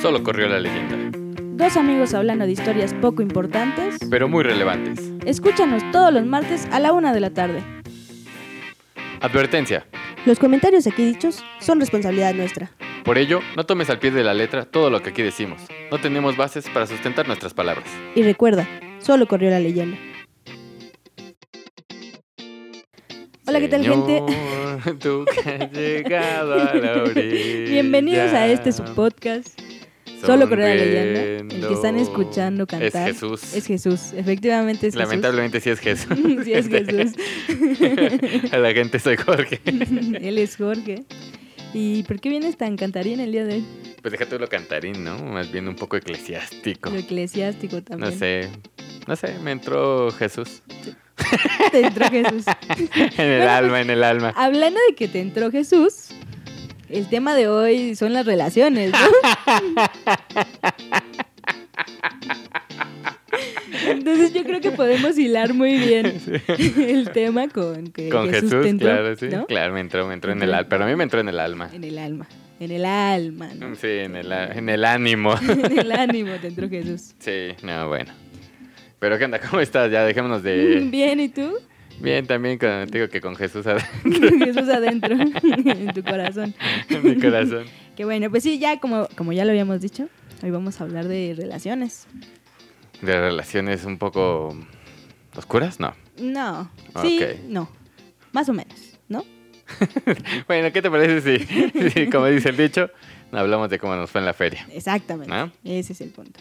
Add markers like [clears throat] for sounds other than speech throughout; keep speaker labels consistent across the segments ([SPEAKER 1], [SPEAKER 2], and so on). [SPEAKER 1] solo corrió la leyenda,
[SPEAKER 2] Dos amigos hablando de historias poco importantes.
[SPEAKER 1] pero muy relevantes.
[SPEAKER 2] Escúchanos todos los martes a la una de la tarde.
[SPEAKER 1] Advertencia.
[SPEAKER 3] Los comentarios aquí dichos son responsabilidad nuestra.
[SPEAKER 1] Por ello, no tomes al pie de la letra todo lo que aquí decimos. No tenemos bases para sustentar nuestras palabras.
[SPEAKER 3] Y recuerda, solo corrió la leyenda. Hola, ¿qué tal, gente?
[SPEAKER 1] Señor, [laughs] tú que has llegado a la orilla.
[SPEAKER 2] [laughs] Bienvenidos a este su podcast. Solo corrió la leyenda. El que están
[SPEAKER 1] Sonriendo.
[SPEAKER 2] escuchando cantar
[SPEAKER 1] Es Jesús.
[SPEAKER 2] Es Jesús, efectivamente es
[SPEAKER 1] Lamentablemente sí es Jesús.
[SPEAKER 2] Jesús. sí es
[SPEAKER 1] [laughs]
[SPEAKER 2] Jesús.
[SPEAKER 1] a la gente soy Jorge.
[SPEAKER 2] [laughs] Él es Jorge. ¿Y por qué vienes tan cantarín el día de hoy?
[SPEAKER 1] Pues déjate lo cantarín, ¿no? Más bien un poco eclesiástico.
[SPEAKER 2] Lo eclesiástico también.
[SPEAKER 1] No sé. No sé, me entró Jesús.
[SPEAKER 2] Te entró
[SPEAKER 1] [laughs]
[SPEAKER 2] Jesús.
[SPEAKER 1] En el
[SPEAKER 2] Bueno, pues,
[SPEAKER 1] alma, en el alma.
[SPEAKER 2] Hablando de que te entró Jesús, el tema de hoy son las relaciones, ¿no? Entonces yo creo que podemos hilar muy bien el tema con que
[SPEAKER 1] Con Jesús,
[SPEAKER 2] ah, te entró,
[SPEAKER 1] claro, sí.
[SPEAKER 2] ¿no?
[SPEAKER 1] Claro, me entró, me entró en el alma. Pero a mí me entró en el alma.
[SPEAKER 2] En el alma, en el alma, ¿no?
[SPEAKER 1] Sí, en el, a- en el ánimo. [laughs]
[SPEAKER 2] en el ánimo te entró Jesús.
[SPEAKER 1] Sí, no, bueno. Pero ¿qué onda? ¿Cómo estás? Ya dejémonos
[SPEAKER 2] [laughs]
[SPEAKER 1] de...
[SPEAKER 2] Bien, ¿y tú?
[SPEAKER 1] Bien, también con, te digo que con Jesús ad-
[SPEAKER 2] Jesús adentro, en tu corazón.
[SPEAKER 1] [laughs] en mi corazón.
[SPEAKER 2] Que bueno, pues sí, ya como, como ya lo habíamos dicho, hoy vamos a hablar de relaciones.
[SPEAKER 1] De relaciones un poco oscuras, no.
[SPEAKER 2] No. Sí,
[SPEAKER 1] Ah, Ok.
[SPEAKER 2] no. Más o menos, ¿no?
[SPEAKER 1] Bueno, ¿qué te parece si, [laughs] si, como dice el dicho, hablamos de cómo nos fue en la feria?
[SPEAKER 2] Exactamente.
[SPEAKER 1] ¿No?
[SPEAKER 2] Ese es el punto.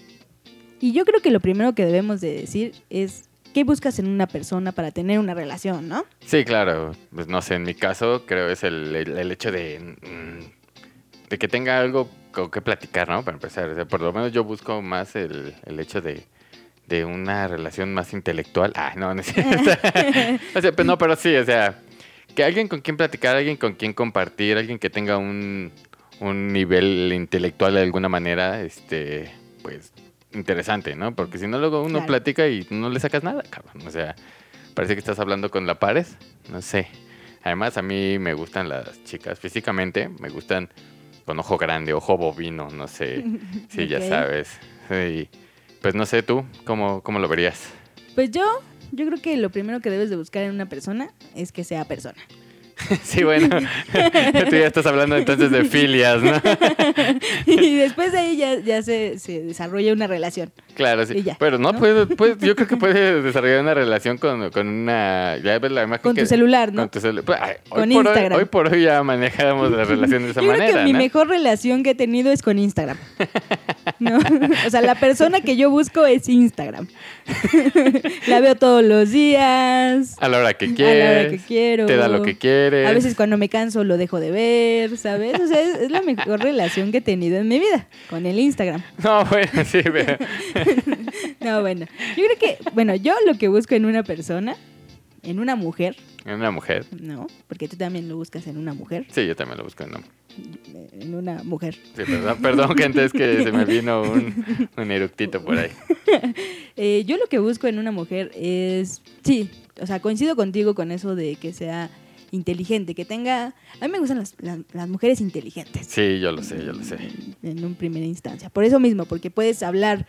[SPEAKER 2] Y yo creo que lo primero que debemos de decir es qué buscas en una persona para tener una relación, ¿no?
[SPEAKER 1] Sí, claro. Pues no sé, en mi caso creo es el, el- el hecho de, mm, de que tenga algo con que platicar, ¿no? Para empezar. O sea, por lo menos yo busco más el, el hecho de, de una relación más intelectual. Ah, no, no es cierto. o sea, pues no, pero sí, o sea, que alguien con quien platicar, alguien con quien compartir, alguien que tenga un, un nivel intelectual de alguna manera, este, pues interesante, ¿no? Porque si no, luego uno
[SPEAKER 2] Claro.
[SPEAKER 1] platica y no le sacas nada, cabrón. O sea, parece que estás hablando con la pared, no sé. Además, a mí me gustan las chicas físicamente, me gustan con ojo grande, ojo bovino, no
[SPEAKER 2] [laughs]
[SPEAKER 1] sé. Sí, ya
[SPEAKER 2] Ok.
[SPEAKER 1] sabes. Sí. Pues no sé tú, ¿cómo, cómo lo verías? [laughs]
[SPEAKER 2] Pues yo, yo creo que lo primero que debes de buscar en una persona es que sea persona. [laughs]
[SPEAKER 1] Sí, bueno. [laughs] Tú ya estás hablando entonces de filias,
[SPEAKER 2] [laughs]
[SPEAKER 1] ¿no?
[SPEAKER 2] y después de ahí ya, ya se, se desarrolla una relación.
[SPEAKER 1] Claro,
[SPEAKER 2] Y
[SPEAKER 1] sí.
[SPEAKER 2] ya,
[SPEAKER 1] Pero no,
[SPEAKER 2] ¿no?
[SPEAKER 1] Puedes, puedes- yo creo que puedes desarrollar una relación con, con una. Ya ves la imagen
[SPEAKER 2] Con
[SPEAKER 1] que-
[SPEAKER 2] tu celular, ¿no?
[SPEAKER 1] Con tu celu- pues, ay, hoy por
[SPEAKER 2] Con
[SPEAKER 1] hoy-
[SPEAKER 2] Instagram.
[SPEAKER 1] Hoy, por hoy ya manejamos las
[SPEAKER 2] [laughs]
[SPEAKER 1] relaciones de esa
[SPEAKER 2] Yo
[SPEAKER 1] manera.
[SPEAKER 2] creo que mi
[SPEAKER 1] ¿no?
[SPEAKER 2] mejor relación que he tenido es con Instagram. ¿No? O sea, la persona que yo busco es Instagram. [laughs] la veo todos los días.
[SPEAKER 1] A la hora que
[SPEAKER 2] a
[SPEAKER 1] quieres.
[SPEAKER 2] la hora que quiero.
[SPEAKER 1] Te da lo que quieres.
[SPEAKER 2] A veces cuando me canso lo dejo de ver, ¿sabes? O sea, es, es la mejor relación que he tenido en mi vida con el Instagram.
[SPEAKER 1] [laughs] No, bueno, sí, pero.
[SPEAKER 2] No, bueno. Yo creo que, bueno, yo lo que busco en una persona, en una mujer,
[SPEAKER 1] En una mujer.
[SPEAKER 2] ¿no? Porque tú también lo buscas en una mujer,
[SPEAKER 1] Sí, yo también lo busco en un hombre.
[SPEAKER 2] en una mujer.
[SPEAKER 1] Sí, perdón, perdón, gente, es que se me vino un, un eructito por ahí.
[SPEAKER 2] Eh, yo lo que busco en una mujer es, sí, o sea, coincido contigo con eso de que sea inteligente, que tenga... A mí me gustan las, las- las mujeres inteligentes
[SPEAKER 1] Sí, yo lo sé, yo lo sé.
[SPEAKER 2] en un primera instancia. Por eso mismo, porque puedes hablar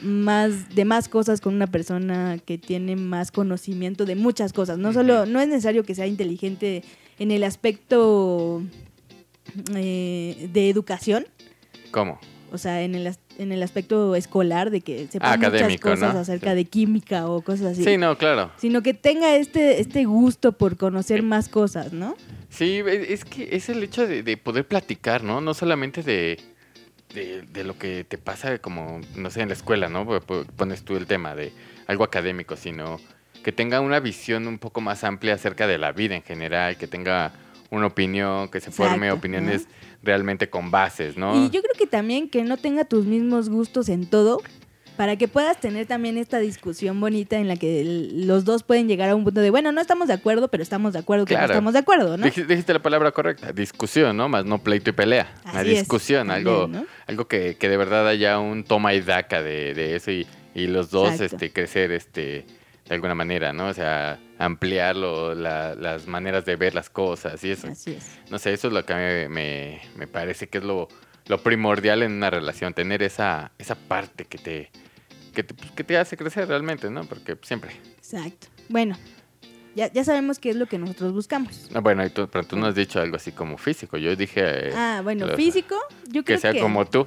[SPEAKER 2] más de más cosas con una persona que tiene más conocimiento de muchas cosas. No solo,
[SPEAKER 1] Ujú.
[SPEAKER 2] no es necesario que sea inteligente en el aspecto eh, de educación,
[SPEAKER 1] ¿Cómo?
[SPEAKER 2] o sea, en el, as- en el aspecto escolar, de que sepa muchas
[SPEAKER 1] Académico,
[SPEAKER 2] cosas
[SPEAKER 1] ¿no?
[SPEAKER 2] acerca
[SPEAKER 1] Sí.
[SPEAKER 2] de química o cosas así.
[SPEAKER 1] Sí. no, claro.
[SPEAKER 2] Sino que tenga este, este gusto por conocer más cosas, ¿no?
[SPEAKER 1] Sí, e- es que es el hecho de, de poder platicar, ¿no? No solamente de, de, de lo que te pasa como, no sé, en la escuela, ¿no? Po- po- Pones tú el tema de algo académico, sino que tenga una visión un poco más amplia acerca de la vida en general, que tenga una opinión, que se forme
[SPEAKER 2] Exacto,
[SPEAKER 1] opiniones realmente con bases, ¿no?
[SPEAKER 2] Y yo creo que también que no tenga tus mismos gustos en todo, para que puedas tener también esta discusión bonita en la que el- los dos pueden llegar a un punto de, bueno, no estamos de acuerdo, pero estamos de acuerdo que
[SPEAKER 1] Claro.
[SPEAKER 2] no estamos de acuerdo, ¿no?
[SPEAKER 1] Dij- Dijiste la palabra correcta, discusión, ¿no? Más no pleito y pelea. una
[SPEAKER 2] Así es,
[SPEAKER 1] discusión,
[SPEAKER 2] también,
[SPEAKER 1] algo,
[SPEAKER 2] ¿no?
[SPEAKER 1] algo que, que de verdad haya un toma y daca de, de eso y, y los dos
[SPEAKER 2] Exacto.
[SPEAKER 1] este, crecer este, de alguna manera, ¿no? O sea, ampliar lo- la- las maneras de ver las cosas y eso.
[SPEAKER 2] Así es.
[SPEAKER 1] No sé, eso es lo que a mí me, me parece que es lo, lo primordial en una relación, tener esa, esa parte que te, que, te, pues, que te hace crecer realmente, ¿no? Porque siempre.
[SPEAKER 2] Exacto. Bueno, ya, ya sabemos qué es lo que nosotros buscamos.
[SPEAKER 1] No, Bueno, y tú, pero tú no has dicho algo así como físico. Yo dije eh,
[SPEAKER 2] Ah, bueno,
[SPEAKER 1] los-
[SPEAKER 2] físico, yo creo
[SPEAKER 1] que
[SPEAKER 2] que
[SPEAKER 1] sea como tú,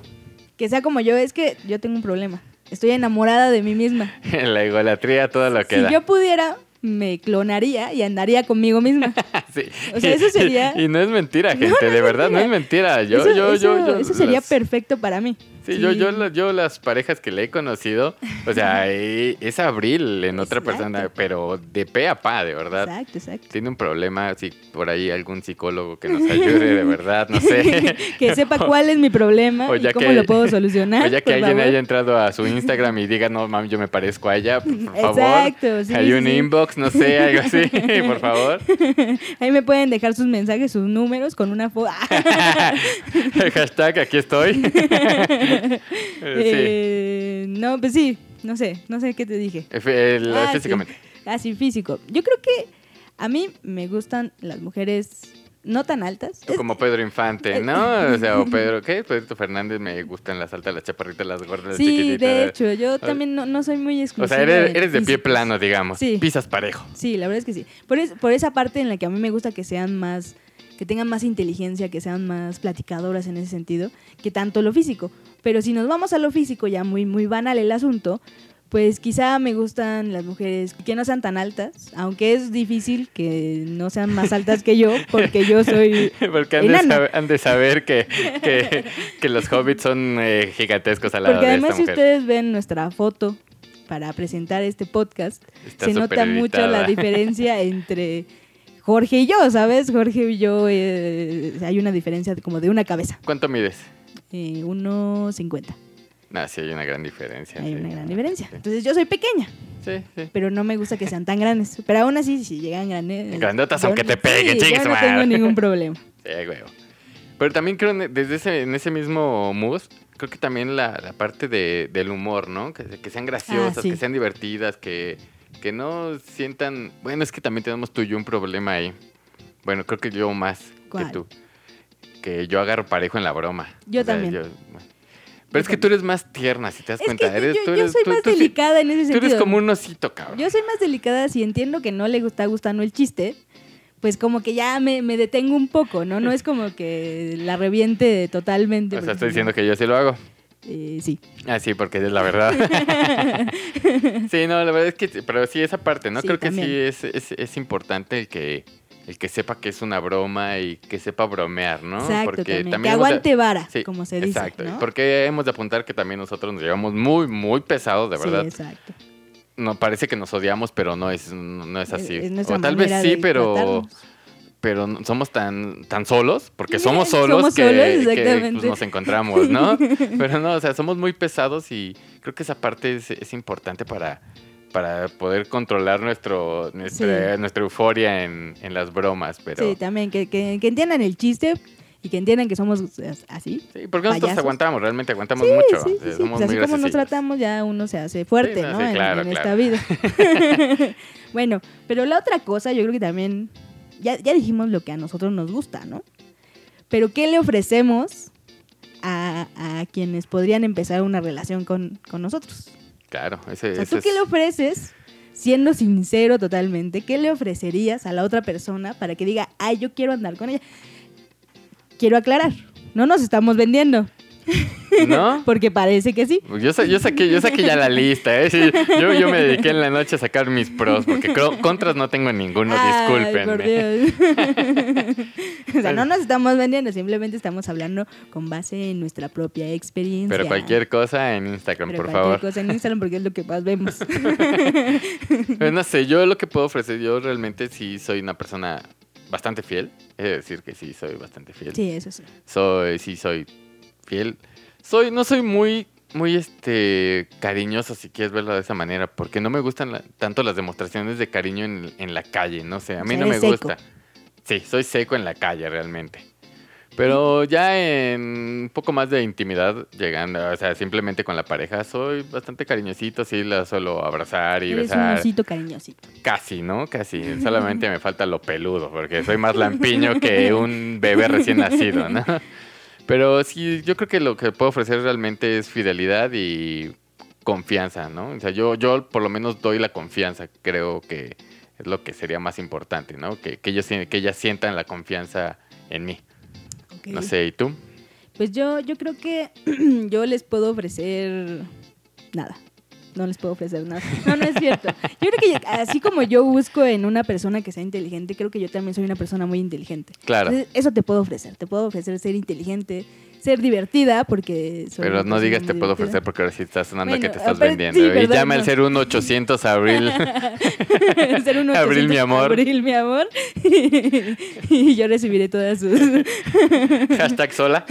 [SPEAKER 2] que sea como yo, es que yo tengo un problema. Estoy enamorada de mí misma.
[SPEAKER 1] [laughs] la idolatría, todo lo que da.
[SPEAKER 2] Si yo pudiera, me clonaría y andaría conmigo misma.
[SPEAKER 1] [laughs] Sí.
[SPEAKER 2] O sea, eso sería-
[SPEAKER 1] [laughs] Y, no es mentira, gente,
[SPEAKER 2] [laughs] no es
[SPEAKER 1] de verdad, no es mentira. [laughs] Yo,
[SPEAKER 2] eso,
[SPEAKER 1] yo, yo,
[SPEAKER 2] eso-
[SPEAKER 1] yo-
[SPEAKER 2] eso sería
[SPEAKER 1] las-
[SPEAKER 2] perfecto para mí.
[SPEAKER 1] Sí, Yo, yo,
[SPEAKER 2] Sí.
[SPEAKER 1] la- yo las parejas que le he conocido, o sea, eh, es abril en otra
[SPEAKER 2] Exacto.
[SPEAKER 1] persona, pero de pe a pa, de verdad.
[SPEAKER 2] Exacto, exacto.
[SPEAKER 1] Tiene un problema, si por ahí algún psicólogo
[SPEAKER 2] [laughs]
[SPEAKER 1] que nos ayude, de verdad, no sé. [laughs]
[SPEAKER 2] que sepa cuál es mi problema
[SPEAKER 1] O
[SPEAKER 2] y
[SPEAKER 1] ya
[SPEAKER 2] cómo
[SPEAKER 1] que-
[SPEAKER 2] lo puedo
[SPEAKER 1] O
[SPEAKER 2] solucionar.
[SPEAKER 1] ya que
[SPEAKER 2] por
[SPEAKER 1] alguien
[SPEAKER 2] favor.
[SPEAKER 1] haya entrado a su Instagram y diga, no, mami, yo me parezco a ella, por favor.
[SPEAKER 2] [laughs] Exacto, sí,
[SPEAKER 1] Hay
[SPEAKER 2] sí,
[SPEAKER 1] un
[SPEAKER 2] sí.
[SPEAKER 1] inbox, no sé, algo
[SPEAKER 2] [laughs]
[SPEAKER 1] así, [laughs] por favor.
[SPEAKER 2] Ahí me pueden dejar sus mensajes, sus números con una foto.
[SPEAKER 1] [laughs] Hashtag, aquí
[SPEAKER 2] [laughs]
[SPEAKER 1] estoy. [laughs] Eh, sí.
[SPEAKER 2] Eh, no, pues sí, no sé, no sé qué te dije.
[SPEAKER 1] F- el-
[SPEAKER 2] Ah, sí.
[SPEAKER 1] físicamente.
[SPEAKER 2] Ah, sí, físico. Yo creo que a mí me gustan las mujeres no tan altas.
[SPEAKER 1] Tú
[SPEAKER 2] Es- eh,
[SPEAKER 1] como Pedro Infante, ¿no? O
[SPEAKER 2] [laughs]
[SPEAKER 1] sea, o Pedro, ¿qué? Pedro Fernández, me gustan las altas, las chaparritas, las gordas, las
[SPEAKER 2] sí,
[SPEAKER 1] chiquititas.
[SPEAKER 2] de hecho, yo también no, no soy muy
[SPEAKER 1] eh. O
[SPEAKER 2] exclusiva.
[SPEAKER 1] sea, eres, eres de pie
[SPEAKER 2] físicos.
[SPEAKER 1] plano, digamos.
[SPEAKER 2] Sí.
[SPEAKER 1] Pisas parejo. [laughs]
[SPEAKER 2] Sí, la verdad es que sí. Por, es- por esa parte en la que a mí me gusta que sean más, que tengan más inteligencia, que sean más platicadoras en ese sentido, que tanto lo físico. Pero si nos vamos a lo físico, ya muy, muy banal el asunto, pues quizá me gustan las mujeres que no sean tan altas, aunque es difícil que no sean más altas que yo, porque
[SPEAKER 1] [laughs]
[SPEAKER 2] yo soy...
[SPEAKER 1] Porque han de,
[SPEAKER 2] Enano.
[SPEAKER 1] saber, han de saber que,
[SPEAKER 2] [laughs]
[SPEAKER 1] que, que los hobbits son eh, gigantescos al lado
[SPEAKER 2] Porque
[SPEAKER 1] de esta
[SPEAKER 2] además si
[SPEAKER 1] mujer.
[SPEAKER 2] ustedes ven nuestra foto para presentar este podcast,
[SPEAKER 1] Está
[SPEAKER 2] se nota mucho
[SPEAKER 1] supereditada. [laughs]
[SPEAKER 2] la diferencia entre Jorge y yo, ¿sabes? Jorge y yo eh, hay una diferencia de como de una cabeza,
[SPEAKER 1] ¿Cuánto mides?
[SPEAKER 2] eh, 1.50.
[SPEAKER 1] No, sí hay una gran diferencia.
[SPEAKER 2] Hay
[SPEAKER 1] sí,
[SPEAKER 2] una
[SPEAKER 1] no,
[SPEAKER 2] gran
[SPEAKER 1] no,
[SPEAKER 2] diferencia.
[SPEAKER 1] sí.
[SPEAKER 2] Entonces yo soy pequeña,
[SPEAKER 1] Sí, sí.
[SPEAKER 2] pero no me gusta que sean tan grandes. Pero aún así, si llegan grandes...
[SPEAKER 1] Grandotas,
[SPEAKER 2] yo-
[SPEAKER 1] aunque te pegue,
[SPEAKER 2] sí,
[SPEAKER 1] chingue
[SPEAKER 2] Yo
[SPEAKER 1] su
[SPEAKER 2] no tengo
[SPEAKER 1] madre. [laughs]
[SPEAKER 2] ningún problema.
[SPEAKER 1] Sí, huevo. Pero también creo, en- desde ese, en ese mismo mood, creo que también la, la parte de, del humor, ¿no? Que, que sean graciosas,
[SPEAKER 2] Ah, sí.
[SPEAKER 1] que sean divertidas, que, que no sientan... Bueno, es que también tenemos tú y yo un problema ahí. Bueno, creo que yo más
[SPEAKER 2] ¿Cuál?
[SPEAKER 1] que tú. Que yo agarro parejo en la broma.
[SPEAKER 2] Yo también.
[SPEAKER 1] bueno. Pero es que tú eres más tierna, si te das
[SPEAKER 2] Es que
[SPEAKER 1] cuenta. eres,
[SPEAKER 2] yo,
[SPEAKER 1] tú
[SPEAKER 2] yo
[SPEAKER 1] eres,
[SPEAKER 2] soy
[SPEAKER 1] tú-
[SPEAKER 2] más
[SPEAKER 1] tú sí-
[SPEAKER 2] delicada en ese
[SPEAKER 1] Tú
[SPEAKER 2] sentido.
[SPEAKER 1] eres como un osito, cabrón.
[SPEAKER 2] Yo soy más delicada si entiendo que no le está gustando el chiste, pues como que ya me, me detengo un poco, ¿no? No es como que la reviente totalmente.
[SPEAKER 1] o sea,
[SPEAKER 2] porque
[SPEAKER 1] estoy
[SPEAKER 2] si no-
[SPEAKER 1] diciendo que yo sí lo hago.
[SPEAKER 2] Eh, sí.
[SPEAKER 1] Ah, sí, porque es la verdad.
[SPEAKER 2] [laughs]
[SPEAKER 1] sí, no, la verdad es que, pero sí, esa parte, ¿no?
[SPEAKER 2] Sí,
[SPEAKER 1] Creo que
[SPEAKER 2] también.
[SPEAKER 1] sí es, es, es importante el que, el que sepa que es una broma y que sepa bromear, ¿no?
[SPEAKER 2] Exacto, también. Que
[SPEAKER 1] hemos de-
[SPEAKER 2] aguante vara,
[SPEAKER 1] Sí,
[SPEAKER 2] como se dice.
[SPEAKER 1] Exacto,
[SPEAKER 2] ¿no?
[SPEAKER 1] porque hemos de apuntar que también nosotros nos llevamos muy, muy pesados, de verdad.
[SPEAKER 2] Sí, exacto.
[SPEAKER 1] No, parece que nos odiamos, pero no es, no es así.
[SPEAKER 2] Es nuestra
[SPEAKER 1] o tal vez
[SPEAKER 2] manera
[SPEAKER 1] sí,
[SPEAKER 2] de
[SPEAKER 1] pero,
[SPEAKER 2] tratarnos.
[SPEAKER 1] pero no- somos tan, tan solos, porque
[SPEAKER 2] [laughs]
[SPEAKER 1] somos solos
[SPEAKER 2] Somos
[SPEAKER 1] que,
[SPEAKER 2] solos,
[SPEAKER 1] que, pues,
[SPEAKER 2] exactamente.
[SPEAKER 1] nos encontramos,
[SPEAKER 2] [laughs]
[SPEAKER 1] ¿no? Pero no, o sea, somos muy pesados y creo que esa parte es, es importante para, para poder controlar nuestro, nuestra, nuestra euforia en, en las bromas. Pero,
[SPEAKER 2] Sí,
[SPEAKER 1] sí,
[SPEAKER 2] también, que, que- que entiendan el chiste y que entiendan que somos as- así.
[SPEAKER 1] porque nosotros
[SPEAKER 2] Payasos.
[SPEAKER 1] aguantamos, realmente aguantamos mucho.
[SPEAKER 2] sí,
[SPEAKER 1] o
[SPEAKER 2] sí,
[SPEAKER 1] sea,
[SPEAKER 2] sí.
[SPEAKER 1] somos
[SPEAKER 2] Pues así
[SPEAKER 1] muy
[SPEAKER 2] como nos
[SPEAKER 1] graciositos.
[SPEAKER 2] tratamos, ya uno se hace fuerte,
[SPEAKER 1] no,
[SPEAKER 2] ¿no?
[SPEAKER 1] sí,
[SPEAKER 2] En-
[SPEAKER 1] claro,
[SPEAKER 2] en,
[SPEAKER 1] claro. [laughs]
[SPEAKER 2] esta vida. bueno, pero la otra cosa, yo creo que también, ya, ya dijimos lo que a nosotros nos gusta, ¿no? Pero ¿qué le ofrecemos a, a quienes podrían empezar una relación con, con nosotros?
[SPEAKER 1] Claro, ese,
[SPEAKER 2] O sea,
[SPEAKER 1] ese
[SPEAKER 2] ¿tú
[SPEAKER 1] es- [laughs]
[SPEAKER 2] qué le ofreces? Siendo sincero totalmente, ¿qué le ofrecerías a la otra persona para que diga, ay, yo quiero andar con ella? Quiero aclarar, no nos estamos vendiendo,
[SPEAKER 1] ¿No?
[SPEAKER 2] porque parece que sí.
[SPEAKER 1] Yo, sa- yo, saqué, yo saqué ya la lista, ¿eh? Sí, yo, yo me dediqué en la noche a sacar mis pros, porque cro- contras no tengo ninguno,
[SPEAKER 2] [laughs] Ay, por
[SPEAKER 1] discúlpenme.
[SPEAKER 2] Dios. [laughs] o sea, no nos estamos vendiendo, simplemente estamos hablando con base en nuestra propia experiencia.
[SPEAKER 1] Pero cualquier cosa en Instagram,
[SPEAKER 2] Pero
[SPEAKER 1] por
[SPEAKER 2] cualquier
[SPEAKER 1] favor.
[SPEAKER 2] cosa en Instagram porque es lo que
[SPEAKER 1] [laughs]
[SPEAKER 2] más vemos.
[SPEAKER 1] Pues no sé, yo lo que puedo ofrecer, yo realmente sí soy una persona bastante fiel. Es decir, que sí soy bastante fiel.
[SPEAKER 2] sí, eso sí.
[SPEAKER 1] Soy, sí soy fiel. Soy, no soy muy, muy este cariñoso, si quieres verlo de esa manera, porque no me gustan la- tanto las demostraciones de cariño en, en la calle, no sé, a
[SPEAKER 2] O
[SPEAKER 1] mí
[SPEAKER 2] sea,
[SPEAKER 1] no me
[SPEAKER 2] eres seco.
[SPEAKER 1] gusta. Sí, soy seco en la calle realmente. Pero ya en un poco más de intimidad, llegando, o sea, simplemente con la pareja, soy bastante cariñosito, sí, la suelo abrazar y
[SPEAKER 2] Eres un
[SPEAKER 1] besar.
[SPEAKER 2] osito cariñosito.
[SPEAKER 1] Casi, ¿no?
[SPEAKER 2] [laughs]
[SPEAKER 1] Casi. Solamente me falta lo peludo, porque soy más lampiño que un bebé recién nacido, ¿no? Pero sí, yo creo que lo que puedo ofrecer realmente es fidelidad y confianza, ¿no? O sea, yo, yo por lo menos doy la confianza, creo que es lo que sería más importante, ¿no? Que, que, ellos, que ellas sientan la confianza en mí.
[SPEAKER 2] Ok.
[SPEAKER 1] No sé, ¿y tú?
[SPEAKER 2] Pues yo, yo creo que [clears throat] yo les puedo ofrecer nada. No les puedo ofrecer nada. No, no es cierto. Yo creo que ya- así como yo busco en una persona que sea inteligente, creo que yo también soy una persona muy inteligente.
[SPEAKER 1] Claro.
[SPEAKER 2] Entonces, eso te puedo ofrecer. Te puedo ofrecer ser inteligente, ser divertida, porque soy
[SPEAKER 1] Pero no
[SPEAKER 2] una persona
[SPEAKER 1] digas
[SPEAKER 2] muy
[SPEAKER 1] te puedo
[SPEAKER 2] divertida.
[SPEAKER 1] ofrecer porque ahora sí estás sonando
[SPEAKER 2] Bueno,
[SPEAKER 1] que te estás
[SPEAKER 2] aparte-
[SPEAKER 1] vendiendo.
[SPEAKER 2] sí,
[SPEAKER 1] y
[SPEAKER 2] perdón,
[SPEAKER 1] llama
[SPEAKER 2] no.
[SPEAKER 1] al ser 800
[SPEAKER 2] [laughs]
[SPEAKER 1] abril.
[SPEAKER 2] [laughs]
[SPEAKER 1] [laughs]
[SPEAKER 2] ser un
[SPEAKER 1] Abril,
[SPEAKER 2] 800,
[SPEAKER 1] mi amor.
[SPEAKER 2] Abril, mi amor. [laughs] y yo recibiré todas sus. [laughs]
[SPEAKER 1] Hashtag sola.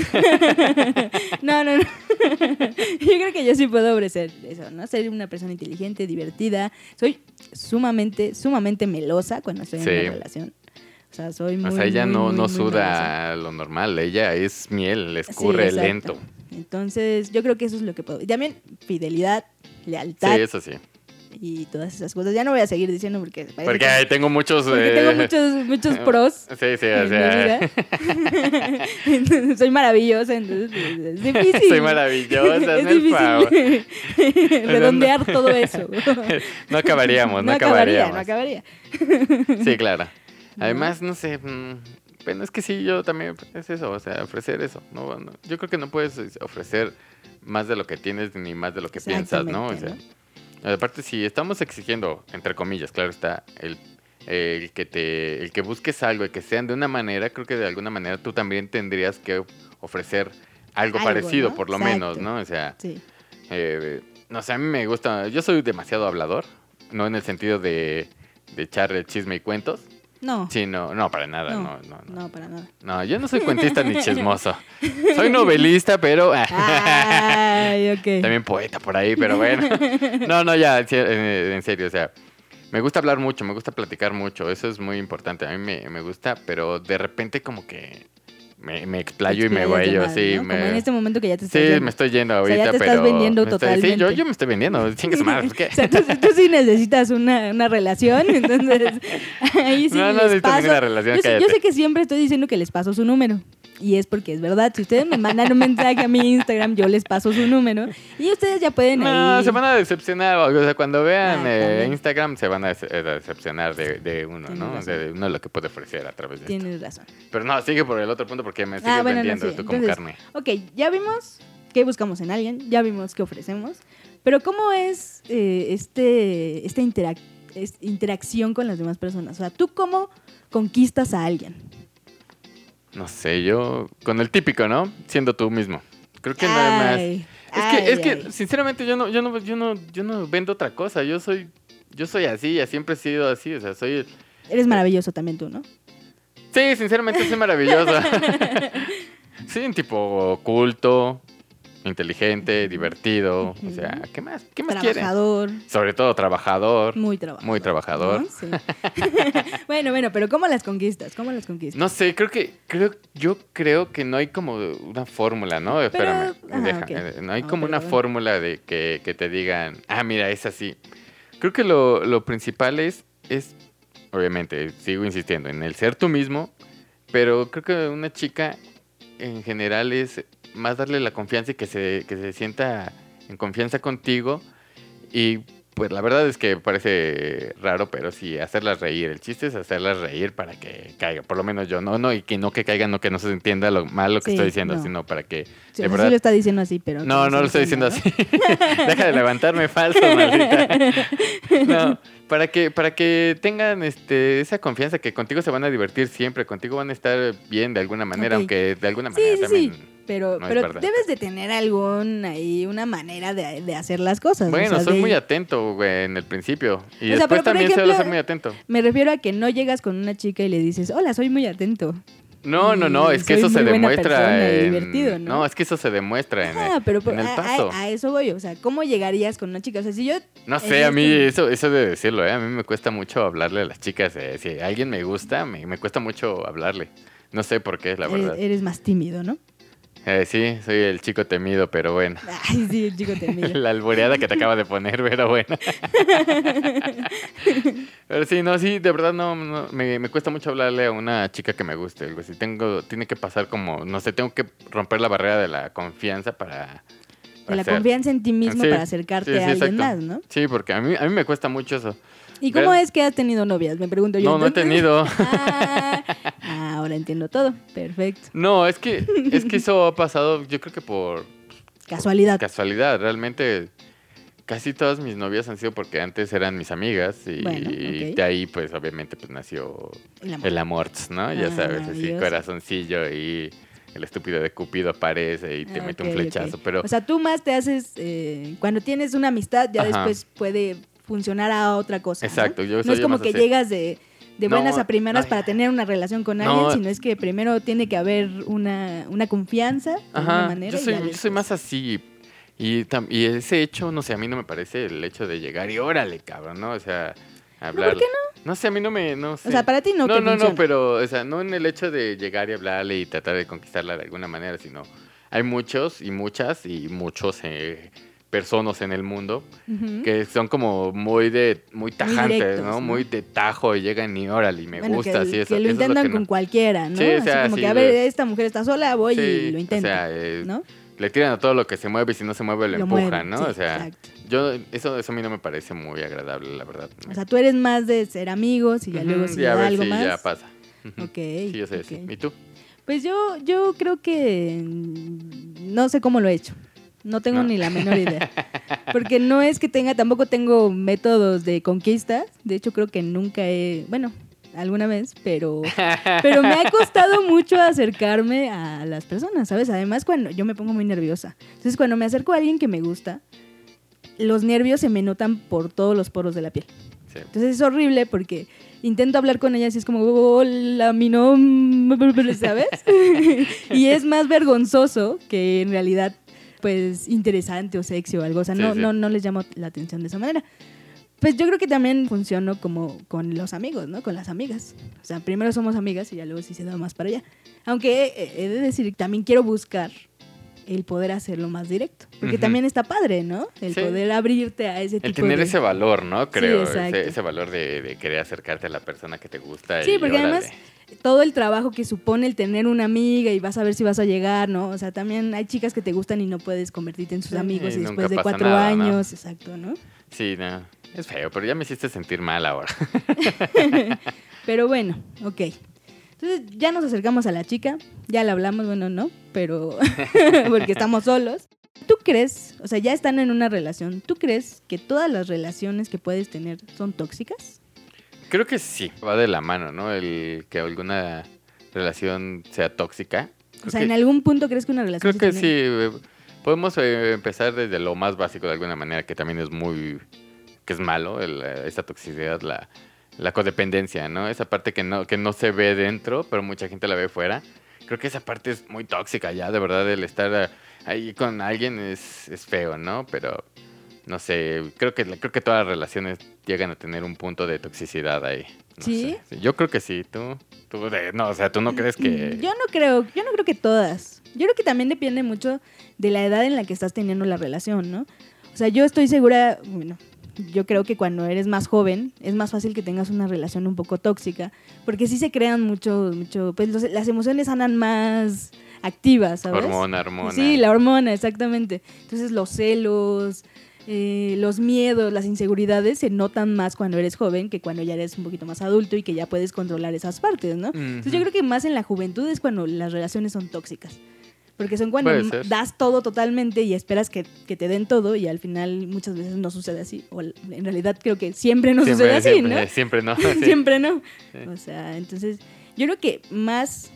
[SPEAKER 2] no, no, [laughs] no. yo creo que yo sí puedo ofrecer eso, ¿no? Ser una persona inteligente, divertida. Soy sumamente, sumamente melosa cuando estoy en
[SPEAKER 1] Sí.
[SPEAKER 2] una relación. O sea, soy muy.
[SPEAKER 1] o sea, ella
[SPEAKER 2] muy,
[SPEAKER 1] no,
[SPEAKER 2] muy,
[SPEAKER 1] no
[SPEAKER 2] muy melosa.
[SPEAKER 1] suda lo normal. Ella es miel, le
[SPEAKER 2] Sí,
[SPEAKER 1] escurre
[SPEAKER 2] exacto.
[SPEAKER 1] lento.
[SPEAKER 2] Entonces, yo creo que eso es lo que puedo. Y también fidelidad,
[SPEAKER 1] Sí,
[SPEAKER 2] lealtad
[SPEAKER 1] eso sí.
[SPEAKER 2] y todas esas cosas. Ya no voy a seguir diciendo porque. parece
[SPEAKER 1] Porque
[SPEAKER 2] que-
[SPEAKER 1] ay, tengo muchos.
[SPEAKER 2] porque
[SPEAKER 1] eh,
[SPEAKER 2] tengo muchos, muchos pros.
[SPEAKER 1] [laughs] Sí, sí, o
[SPEAKER 2] en
[SPEAKER 1] sea.
[SPEAKER 2] mi vida. Entonces, soy maravillosa, entonces es
[SPEAKER 1] [laughs]
[SPEAKER 2] difícil.
[SPEAKER 1] Soy maravillosa,
[SPEAKER 2] [laughs] es
[SPEAKER 1] hazme el favor.
[SPEAKER 2] difícil redondear todo eso.
[SPEAKER 1] [laughs] No
[SPEAKER 2] [laughs]
[SPEAKER 1] acabaríamos, no,
[SPEAKER 2] acabaría, no
[SPEAKER 1] acabaríamos.
[SPEAKER 2] acabaría. [laughs]
[SPEAKER 1] Sí, claro. Además, no sé. mm, Bueno, es que sí, yo también es eso, o sea, ofrecer eso. No, no- yo creo que no puedes este, ofrecer más de lo que tienes ni más de lo que piensas, ¿no? O sea,
[SPEAKER 2] Exactamente,
[SPEAKER 1] aparte, si estamos exigiendo, entre comillas, claro está, el, el que te, el que busques algo y que sean de una manera, creo que de alguna manera tú también tendrías que ofrecer algo,
[SPEAKER 2] Algo,
[SPEAKER 1] parecido,
[SPEAKER 2] ¿no?
[SPEAKER 1] por lo
[SPEAKER 2] Exacto.
[SPEAKER 1] menos, ¿no? O sea,
[SPEAKER 2] Sí.
[SPEAKER 1] eh, no sé, a mí me gusta. Yo soy demasiado hablador. No en el sentido de, de echar chisme y cuentos.
[SPEAKER 2] No,
[SPEAKER 1] Sí, no, no, para nada. No,
[SPEAKER 2] No,
[SPEAKER 1] no, no.
[SPEAKER 2] no, para nada.
[SPEAKER 1] No, yo no soy cuentista
[SPEAKER 2] [laughs]
[SPEAKER 1] ni chismoso. Soy novelista, pero. eh.
[SPEAKER 2] Ah. Ay, ok.
[SPEAKER 1] También poeta por ahí, pero bueno. No, no, ya, en se- en en serio, o sea. Me gusta hablar mucho, me gusta platicar mucho, eso es muy importante. A mí me, me gusta, pero de repente como que me, me explayo y me
[SPEAKER 2] Explayas de
[SPEAKER 1] voy
[SPEAKER 2] más,
[SPEAKER 1] sí.
[SPEAKER 2] ¿no?
[SPEAKER 1] me-
[SPEAKER 2] Como en este momento que ya te
[SPEAKER 1] Sí,
[SPEAKER 2] estás yendo.
[SPEAKER 1] me estoy yendo
[SPEAKER 2] O sea,
[SPEAKER 1] ahorita,
[SPEAKER 2] ya te estás
[SPEAKER 1] pero...
[SPEAKER 2] vendiendo
[SPEAKER 1] me estoy- Sí, yo,
[SPEAKER 2] totalmente.
[SPEAKER 1] yo me estoy vendiendo, [laughs] chingue su madre, ¿qué?
[SPEAKER 2] [laughs] O sea, tú, tú sí necesitas una, una relación, [laughs] entonces ahí sí
[SPEAKER 1] No, no
[SPEAKER 2] les
[SPEAKER 1] necesito
[SPEAKER 2] paso.
[SPEAKER 1] ninguna relación,
[SPEAKER 2] yo, sé, yo
[SPEAKER 1] cállate.
[SPEAKER 2] sé que siempre estoy diciendo que les paso su número. Y es porque es verdad. Si ustedes me mandan un mensaje a mi Instagram, yo les paso su número. Y ustedes ya pueden
[SPEAKER 1] No,
[SPEAKER 2] ahí-
[SPEAKER 1] se van a decepcionar, o sea, cuando vean
[SPEAKER 2] Ah,
[SPEAKER 1] eh,
[SPEAKER 2] también.
[SPEAKER 1] Instagram se van a dece- eh, decepcionar de, de uno,
[SPEAKER 2] Tienes
[SPEAKER 1] ¿no? O sea,
[SPEAKER 2] razón.
[SPEAKER 1] de uno lo que puede ofrecer a través de esto.
[SPEAKER 2] Tienes razón.
[SPEAKER 1] Pero no, sigue por el otro punto porque me sigues
[SPEAKER 2] Ah, bueno, no,
[SPEAKER 1] vendiendo
[SPEAKER 2] sí,
[SPEAKER 1] tú como
[SPEAKER 2] entonces-
[SPEAKER 1] carne.
[SPEAKER 2] Ok, ya vimos qué buscamos en alguien, ya vimos qué ofrecemos. Pero ¿cómo es eh, este, esta interac- es- interacción con las demás personas? O sea, ¿tú cómo conquistas a alguien?
[SPEAKER 1] No sé, yo con el típico, ¿no? Siendo tú mismo. Creo que nada más. Es
[SPEAKER 2] Ay,
[SPEAKER 1] que, es
[SPEAKER 2] ay,
[SPEAKER 1] que,
[SPEAKER 2] ay.
[SPEAKER 1] sinceramente, yo no, yo no, yo no, yo no vendo otra cosa. Yo soy, yo soy así, ya siempre he sido así. O sea, soy el-
[SPEAKER 2] Eres maravilloso también tú, ¿no?
[SPEAKER 1] Sí, sinceramente soy
[SPEAKER 2] [laughs]
[SPEAKER 1] maravillosa. soy un tipo oculto, inteligente, divertido. O sea, ¿qué más? ¿Qué más quieren?
[SPEAKER 2] Trabajador, Mm.
[SPEAKER 1] Sobre todo trabajador.
[SPEAKER 2] muy trabajador.
[SPEAKER 1] Muy trabajador.
[SPEAKER 2] ¿no? Sí. [laughs] bueno, bueno, pero ¿cómo las conquistas? ¿Cómo las conquistas?
[SPEAKER 1] No sé, creo que, creo, yo creo que no hay como una fórmula, ¿no? Espérame,
[SPEAKER 2] ajá,
[SPEAKER 1] deja,
[SPEAKER 2] ok.
[SPEAKER 1] eh, no hay
[SPEAKER 2] Ah,
[SPEAKER 1] como una
[SPEAKER 2] perdón.
[SPEAKER 1] fórmula de que, que te digan, ah, mira, es así. Creo que lo, lo principal es, es, obviamente, sigo insistiendo, en el ser tú mismo, pero creo que una chica en general es más darle la confianza y que se, que se sienta en confianza contigo y pues la verdad es que parece raro, pero sí, hacerlas reír. El chiste es hacerlas reír para que caiga. Por lo menos yo, no, no, y que no que caiga, no que no se entienda lo mal lo que
[SPEAKER 2] Sí,
[SPEAKER 1] estoy diciendo,
[SPEAKER 2] no.
[SPEAKER 1] sino para que. de
[SPEAKER 2] Sí, o sea, sí
[SPEAKER 1] verdad.
[SPEAKER 2] lo está diciendo así, pero... que
[SPEAKER 1] No,
[SPEAKER 2] se
[SPEAKER 1] no lo estoy diciendo
[SPEAKER 2] entienda,
[SPEAKER 1] así. [laughs] Deja de levantarme falso,
[SPEAKER 2] [laughs]
[SPEAKER 1] maldita. No, para que, para que tengan este, esa confianza que contigo se van a divertir siempre, contigo van a estar bien de alguna manera,
[SPEAKER 2] Ok.
[SPEAKER 1] aunque de alguna
[SPEAKER 2] Sí,
[SPEAKER 1] manera
[SPEAKER 2] sí, sí.
[SPEAKER 1] también.
[SPEAKER 2] Pero,
[SPEAKER 1] No es
[SPEAKER 2] pero
[SPEAKER 1] verdad.
[SPEAKER 2] debes de tener algún ahí, una manera de, de hacer las cosas.
[SPEAKER 1] Bueno,
[SPEAKER 2] o sea,
[SPEAKER 1] soy
[SPEAKER 2] de-
[SPEAKER 1] muy atento, güey, en el principio. Y
[SPEAKER 2] O sea,
[SPEAKER 1] después
[SPEAKER 2] pero por
[SPEAKER 1] también
[SPEAKER 2] ejemplo-
[SPEAKER 1] suelo ser muy atento.
[SPEAKER 2] Me refiero a que no llegas con una chica y le dices, hola, soy muy atento.
[SPEAKER 1] No, no, no,
[SPEAKER 2] Y
[SPEAKER 1] es que
[SPEAKER 2] mm, soy
[SPEAKER 1] eso se
[SPEAKER 2] muy buena persona
[SPEAKER 1] demuestra
[SPEAKER 2] y
[SPEAKER 1] en...
[SPEAKER 2] divertido, ¿no?
[SPEAKER 1] es que eso se demuestra en el,
[SPEAKER 2] Ah, pero por-
[SPEAKER 1] en el
[SPEAKER 2] a- a-
[SPEAKER 1] paso.
[SPEAKER 2] a eso voy. O sea, ¿cómo llegarías con una chica? O sea, si yo
[SPEAKER 1] no
[SPEAKER 2] en
[SPEAKER 1] sé, a
[SPEAKER 2] este-
[SPEAKER 1] mí eso, eso de decirlo, ¿eh? A mí me cuesta mucho hablarle a las chicas. eh, Si alguien me gusta, me, me cuesta mucho hablarle. No sé por qué, la
[SPEAKER 2] eres,
[SPEAKER 1] verdad.
[SPEAKER 2] eres más tímido, ¿no? [laughs]
[SPEAKER 1] Eh, sí, soy el chico temido, pero bueno.
[SPEAKER 2] Ay, sí, el chico
[SPEAKER 1] [laughs]
[SPEAKER 2] temido.
[SPEAKER 1] La alboreada que te acaba de poner, pero
[SPEAKER 2] [laughs]
[SPEAKER 1] bueno. Pero sí, no, sí, de verdad no, no, me, me cuesta mucho hablarle a una chica que me guste. algo así. tengo, tiene que pasar como, no sé, tengo que romper la barrera de la confianza para...
[SPEAKER 2] De
[SPEAKER 1] para
[SPEAKER 2] la
[SPEAKER 1] hacer-
[SPEAKER 2] confianza en ti mismo
[SPEAKER 1] Sí,
[SPEAKER 2] para acercarte
[SPEAKER 1] sí, sí,
[SPEAKER 2] a alguien
[SPEAKER 1] exacto.
[SPEAKER 2] más, ¿no?
[SPEAKER 1] Sí, porque a mí, a mí me cuesta mucho eso.
[SPEAKER 2] ¿Y cómo
[SPEAKER 1] Ver-
[SPEAKER 2] es que has tenido novias? Me pregunto yo.
[SPEAKER 1] No, no he
[SPEAKER 2] entonces.
[SPEAKER 1] tenido.
[SPEAKER 2] [laughs] Ah, ahora entiendo todo. Perfecto.
[SPEAKER 1] No, es que, es que eso ha pasado, yo creo que por
[SPEAKER 2] Casualidad.
[SPEAKER 1] casualidad. Realmente, casi todas mis novias han sido porque antes eran mis amigas y
[SPEAKER 2] Bueno, ok.
[SPEAKER 1] de ahí, pues, obviamente, pues nació
[SPEAKER 2] El amor.
[SPEAKER 1] el amor, ¿no? Ya
[SPEAKER 2] Ah,
[SPEAKER 1] sabes, así,
[SPEAKER 2] maravilloso.
[SPEAKER 1] corazoncillo y el estúpido de Cupido aparece y te
[SPEAKER 2] Ah,
[SPEAKER 1] mete
[SPEAKER 2] ok,
[SPEAKER 1] un
[SPEAKER 2] ok.
[SPEAKER 1] flechazo, pero...
[SPEAKER 2] O sea, tú más te haces. eh, cuando tienes una amistad, ya
[SPEAKER 1] Ajá.
[SPEAKER 2] después puede funcionar a otra cosa. ¿no?
[SPEAKER 1] Exacto, yo
[SPEAKER 2] No,
[SPEAKER 1] soy
[SPEAKER 2] es como
[SPEAKER 1] más
[SPEAKER 2] que
[SPEAKER 1] así.
[SPEAKER 2] llegas de, de
[SPEAKER 1] No,
[SPEAKER 2] buenas a primeras
[SPEAKER 1] ay.
[SPEAKER 2] para tener una relación con
[SPEAKER 1] No.
[SPEAKER 2] alguien, sino es que primero tiene que haber una, una confianza de alguna
[SPEAKER 1] Ajá,
[SPEAKER 2] manera.
[SPEAKER 1] yo
[SPEAKER 2] y
[SPEAKER 1] soy,
[SPEAKER 2] ya
[SPEAKER 1] yo
[SPEAKER 2] después-
[SPEAKER 1] soy más así. Y, tam- y ese hecho, no sé, a mí no me parece el hecho de llegar y órale, cabrón, ¿no? O sea, hablar.
[SPEAKER 2] qué
[SPEAKER 1] no? sé, a mí no me. No sé.
[SPEAKER 2] O sea, para ti no.
[SPEAKER 1] no,
[SPEAKER 2] que
[SPEAKER 1] no,
[SPEAKER 2] funcione.
[SPEAKER 1] no, pero, o sea, no en el hecho de llegar y hablarle y tratar de conquistarla de alguna manera, sino hay muchos y muchas y muchos eh, personas en el mundo
[SPEAKER 2] Ujú.
[SPEAKER 1] que son como muy de muy tajantes,
[SPEAKER 2] directos,
[SPEAKER 1] ¿no?
[SPEAKER 2] ¿no?
[SPEAKER 1] Muy de tajo y llegan y órale, y me
[SPEAKER 2] Bueno,
[SPEAKER 1] gusta,
[SPEAKER 2] que,
[SPEAKER 1] así eso,
[SPEAKER 2] que lo
[SPEAKER 1] eso es lo
[SPEAKER 2] intentan
[SPEAKER 1] que no.
[SPEAKER 2] con cualquiera, ¿no?
[SPEAKER 1] Sí, o sea,
[SPEAKER 2] Así como
[SPEAKER 1] sí,
[SPEAKER 2] que, a ver,
[SPEAKER 1] de-
[SPEAKER 2] esta mujer está sola, voy
[SPEAKER 1] Sí,
[SPEAKER 2] y lo
[SPEAKER 1] O sea,
[SPEAKER 2] intenta,
[SPEAKER 1] eh,
[SPEAKER 2] ¿no?
[SPEAKER 1] le tiran a todo lo que se mueve y si no se mueve lo,
[SPEAKER 2] Lo
[SPEAKER 1] empujan,
[SPEAKER 2] mueven,
[SPEAKER 1] ¿no?
[SPEAKER 2] sí,
[SPEAKER 1] o sea,
[SPEAKER 2] exacto.
[SPEAKER 1] yo eso, eso a mí no me parece muy agradable, la verdad.
[SPEAKER 2] O sea, tú eres más de ser amigos y ya
[SPEAKER 1] Ujú,
[SPEAKER 2] luego si
[SPEAKER 1] y
[SPEAKER 2] le
[SPEAKER 1] a
[SPEAKER 2] da
[SPEAKER 1] ver
[SPEAKER 2] algo
[SPEAKER 1] si
[SPEAKER 2] más.
[SPEAKER 1] ya pasa. Ujú.
[SPEAKER 2] Ok.
[SPEAKER 1] Sí, yo sé,
[SPEAKER 2] ok.
[SPEAKER 1] sí. ¿Y tú?
[SPEAKER 2] Pues yo, yo creo que mm, no sé cómo lo he hecho. No tengo
[SPEAKER 1] No.
[SPEAKER 2] ni la menor idea. Porque no es que tenga, tampoco tengo métodos de conquista. De hecho, creo que nunca he, bueno, alguna vez, pero, pero me ha costado mucho acercarme a las personas, ¿sabes? Además, cuando yo me pongo muy nerviosa. Entonces, cuando me acerco a alguien que me gusta, los nervios se me notan por todos los poros de la piel.
[SPEAKER 1] Sí.
[SPEAKER 2] Entonces es horrible porque intento hablar con ella y es como, hola, mi nombre, [laughs] ¿sabes? y es más vergonzoso que en realidad, pues, interesante o sexy o algo. O sea,
[SPEAKER 1] Sí,
[SPEAKER 2] no,
[SPEAKER 1] sí.
[SPEAKER 2] No, no les llamo la atención de esa manera. Pues yo creo que también funcionó como con los amigos, ¿no? Con las amigas. O sea, primero somos amigas y ya luego sí se da más para allá. Aunque eh, he de decir, también quiero buscar el poder hacerlo más directo. Porque
[SPEAKER 1] Ujú.
[SPEAKER 2] también está padre, ¿no? El
[SPEAKER 1] Sí.
[SPEAKER 2] poder abrirte a ese tipo
[SPEAKER 1] El tener
[SPEAKER 2] de...
[SPEAKER 1] ese valor, ¿no? Creo,
[SPEAKER 2] exacto.
[SPEAKER 1] ese, ese valor de, de querer acercarte a la persona que te gusta.
[SPEAKER 2] Sí,
[SPEAKER 1] y
[SPEAKER 2] porque
[SPEAKER 1] órale.
[SPEAKER 2] además todo el trabajo que supone el tener una amiga y vas a ver si vas a llegar, ¿no? O sea, también hay chicas que te gustan y no puedes convertirte en sus
[SPEAKER 1] Sí,
[SPEAKER 2] amigos
[SPEAKER 1] y
[SPEAKER 2] y
[SPEAKER 1] nunca
[SPEAKER 2] después de
[SPEAKER 1] pasa
[SPEAKER 2] cuatro
[SPEAKER 1] nada, ¿no?
[SPEAKER 2] años, exacto, ¿no?
[SPEAKER 1] Sí, no, es feo, pero ya me hiciste sentir mal ahora.
[SPEAKER 2] Pero bueno, ok. Entonces ya nos acercamos a la chica, ya la hablamos, bueno, no, pero [laughs] porque estamos solos. ¿Tú crees, o sea, ya están en una relación, ¿tú crees que todas las relaciones que puedes tener son tóxicas?
[SPEAKER 1] Creo que sí, va de la mano, ¿no? El que alguna relación sea tóxica.
[SPEAKER 2] O
[SPEAKER 1] Creo
[SPEAKER 2] sea,
[SPEAKER 1] que-
[SPEAKER 2] ¿en algún punto crees que una relación
[SPEAKER 1] Creo que
[SPEAKER 2] se
[SPEAKER 1] sí.
[SPEAKER 2] tiene-
[SPEAKER 1] eh, Podemos eh, empezar desde lo más básico de alguna manera, que también es muy. que es malo, el, eh, esta toxicidad, la, la codependencia, ¿no? Esa parte que no, que no se ve dentro, pero mucha gente la ve fuera. Creo que esa parte es muy tóxica ya, de verdad, el estar eh, ahí con alguien es, es feo, ¿no? Pero no sé, creo que, creo que todas las relaciones llegan a tener un punto de toxicidad ahí. No
[SPEAKER 2] ¿Sí?
[SPEAKER 1] sé. Yo creo que sí, tú. tú de- no, o sea, tú no crees que.
[SPEAKER 2] Yo no creo, yo no creo que todas. Yo creo que también depende mucho de la edad en la que estás teniendo la relación, ¿no? O sea, yo estoy segura, bueno, yo creo que cuando eres más joven es más fácil que tengas una relación un poco tóxica, porque sí se crean mucho, mucho, pues los- las emociones andan más activas, ¿sabes?
[SPEAKER 1] Hormona, hormona.
[SPEAKER 2] Sí, la hormona, exactamente. Entonces los celos, eh, los miedos, las inseguridades se notan más cuando eres joven que cuando ya eres un poquito más adulto y que ya puedes controlar esas partes, ¿no? Entonces yo
[SPEAKER 1] Ujú.
[SPEAKER 2] creo que más en la juventud es cuando las relaciones son tóxicas. Porque son cuando
[SPEAKER 1] Puede
[SPEAKER 2] m-
[SPEAKER 1] ser.
[SPEAKER 2] das todo totalmente y esperas que, que te den todo y al final muchas veces no sucede así. O l- en realidad creo que siempre no sucede así,
[SPEAKER 1] siempre, Siempre
[SPEAKER 2] ¿no?
[SPEAKER 1] no.
[SPEAKER 2] [laughs]
[SPEAKER 1] sí.
[SPEAKER 2] siempre no.
[SPEAKER 1] Sí.
[SPEAKER 2] O sea, entonces yo creo que más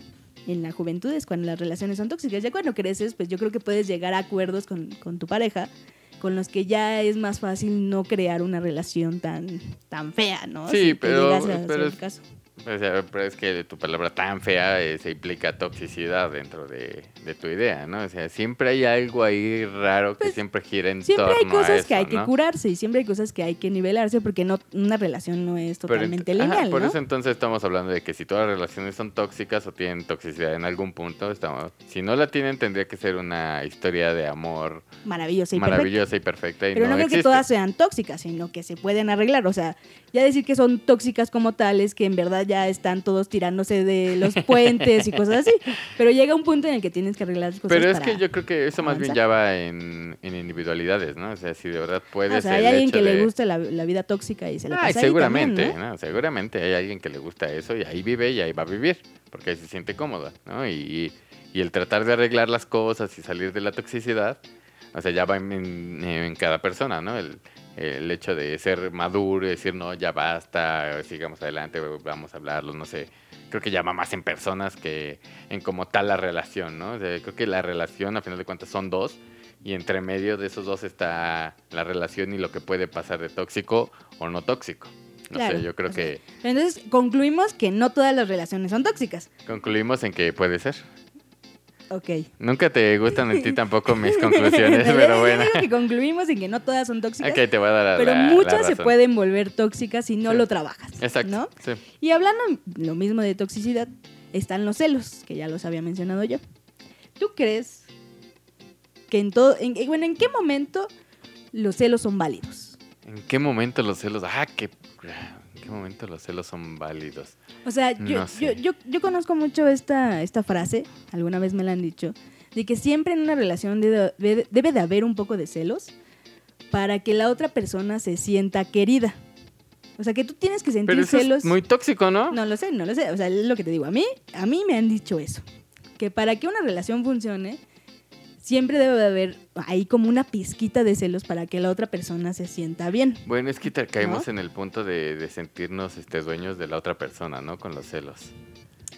[SPEAKER 2] en la juventud es cuando las relaciones son tóxicas. Ya cuando creces, pues yo creo que puedes llegar a acuerdos con, con tu pareja con los que ya es más fácil no crear una relación tan, tan fea, ¿no?
[SPEAKER 1] Sí,
[SPEAKER 2] que
[SPEAKER 1] pero-
[SPEAKER 2] llegas a
[SPEAKER 1] pero
[SPEAKER 2] hacer
[SPEAKER 1] es-
[SPEAKER 2] caso.
[SPEAKER 1] O sea, pero es que tu palabra tan fea eh, se implica toxicidad dentro de, de tu idea, ¿no? O sea, siempre hay algo ahí raro que
[SPEAKER 2] Pues,
[SPEAKER 1] siempre gira en
[SPEAKER 2] Siempre hay
[SPEAKER 1] torno a
[SPEAKER 2] cosas
[SPEAKER 1] eso,
[SPEAKER 2] que hay que
[SPEAKER 1] ¿no?
[SPEAKER 2] curarse y siempre hay cosas que hay que nivelarse porque no una relación no es
[SPEAKER 1] Pero ent-
[SPEAKER 2] totalmente
[SPEAKER 1] ajá,
[SPEAKER 2] lineal,
[SPEAKER 1] Por
[SPEAKER 2] ¿no?
[SPEAKER 1] eso entonces estamos hablando de que si todas las relaciones son tóxicas o tienen toxicidad en algún punto, estamos, si no la tienen tendría que ser una historia de amor
[SPEAKER 2] Maravilloso y perfecto.
[SPEAKER 1] maravillosa y perfecta. Y
[SPEAKER 2] Pero no, creo
[SPEAKER 1] existe.
[SPEAKER 2] que todas sean tóxicas, sino que se pueden arreglar. O sea, ya decir que son tóxicas como tales, que en verdad ya están todos tirándose
[SPEAKER 1] [laughs]
[SPEAKER 2] de los puentes y cosas así. Pero llega un punto en el que tienes que arreglar las cosas.
[SPEAKER 1] Pero es
[SPEAKER 2] para-
[SPEAKER 1] que yo creo que eso más bien
[SPEAKER 2] avanzar.
[SPEAKER 1] ya va en, en individualidades, ¿no? O sea, si de verdad
[SPEAKER 2] Ah,
[SPEAKER 1] puedes...
[SPEAKER 2] o sea, hay
[SPEAKER 1] el
[SPEAKER 2] alguien
[SPEAKER 1] hecho
[SPEAKER 2] que le
[SPEAKER 1] de-
[SPEAKER 2] gusta la, la vida tóxica y se la
[SPEAKER 1] Ay,
[SPEAKER 2] pasa ahí
[SPEAKER 1] seguramente,
[SPEAKER 2] también, ¿no?
[SPEAKER 1] ¿no? Seguramente hay alguien que le gusta eso y ahí vive y ahí va a vivir, porque ahí se siente cómoda, ¿no? Y, y el tratar de arreglar las cosas y salir de la toxicidad, o sea, ya va en, en- en cada persona, ¿no? El, el hecho de ser maduro y decir, no, ya basta, sigamos adelante, vamos a hablarlo, no sé. Creo que ya va más en personas que en como tal la relación, ¿no? O sea, creo que la relación, a final de cuentas, son dos y entre medio de esos dos está la relación y lo que puede pasar de tóxico o no tóxico. No
[SPEAKER 2] Claro,
[SPEAKER 1] sé, yo creo
[SPEAKER 2] o sea,
[SPEAKER 1] que
[SPEAKER 2] Entonces concluimos que no todas las relaciones son tóxicas.
[SPEAKER 1] concluimos en que puede ser.
[SPEAKER 2] Ok.
[SPEAKER 1] Nunca te gustan
[SPEAKER 2] [laughs]
[SPEAKER 1] a ti tampoco mis conclusiones, pero
[SPEAKER 2] Yo
[SPEAKER 1] bueno.
[SPEAKER 2] digo que concluimos en que no todas son
[SPEAKER 1] [laughs]
[SPEAKER 2] tóxicas,
[SPEAKER 1] Ok, te voy a dar la-
[SPEAKER 2] pero
[SPEAKER 1] la- la
[SPEAKER 2] muchas se
[SPEAKER 1] razón.
[SPEAKER 2] pueden volver tóxicas si no
[SPEAKER 1] Sí.
[SPEAKER 2] lo trabajas.
[SPEAKER 1] Exacto.
[SPEAKER 2] ¿no?
[SPEAKER 1] sí.
[SPEAKER 2] Y hablando lo mismo de toxicidad, están los celos, que ya los había mencionado yo. ¿Tú crees que en todo, en- bueno, en qué momento los celos son válidos?
[SPEAKER 1] ¿En qué momento los celos? Ah, qué, ¿en qué momento los celos son válidos?
[SPEAKER 2] O sea, yo,
[SPEAKER 1] No sé.
[SPEAKER 2] yo, yo, yo conozco mucho esta, esta frase, alguna vez me la han dicho, de que siempre en una relación de- de- debe de haber un poco de celos para que la otra persona se sienta querida. O sea, que tú tienes que sentir
[SPEAKER 1] Pero eso
[SPEAKER 2] celos.
[SPEAKER 1] es muy tóxico, ¿no?
[SPEAKER 2] [laughs] No lo sé, no lo sé. O sea, es lo que te digo. A mí, a mí me han dicho eso. Que para que una relación funcione, siempre debe de haber ahí como una pizquita de celos para que la otra persona se sienta bien.
[SPEAKER 1] Bueno, es que te- caemos en el punto de, de sentirnos este, dueños de la otra persona, ¿no? Con los celos.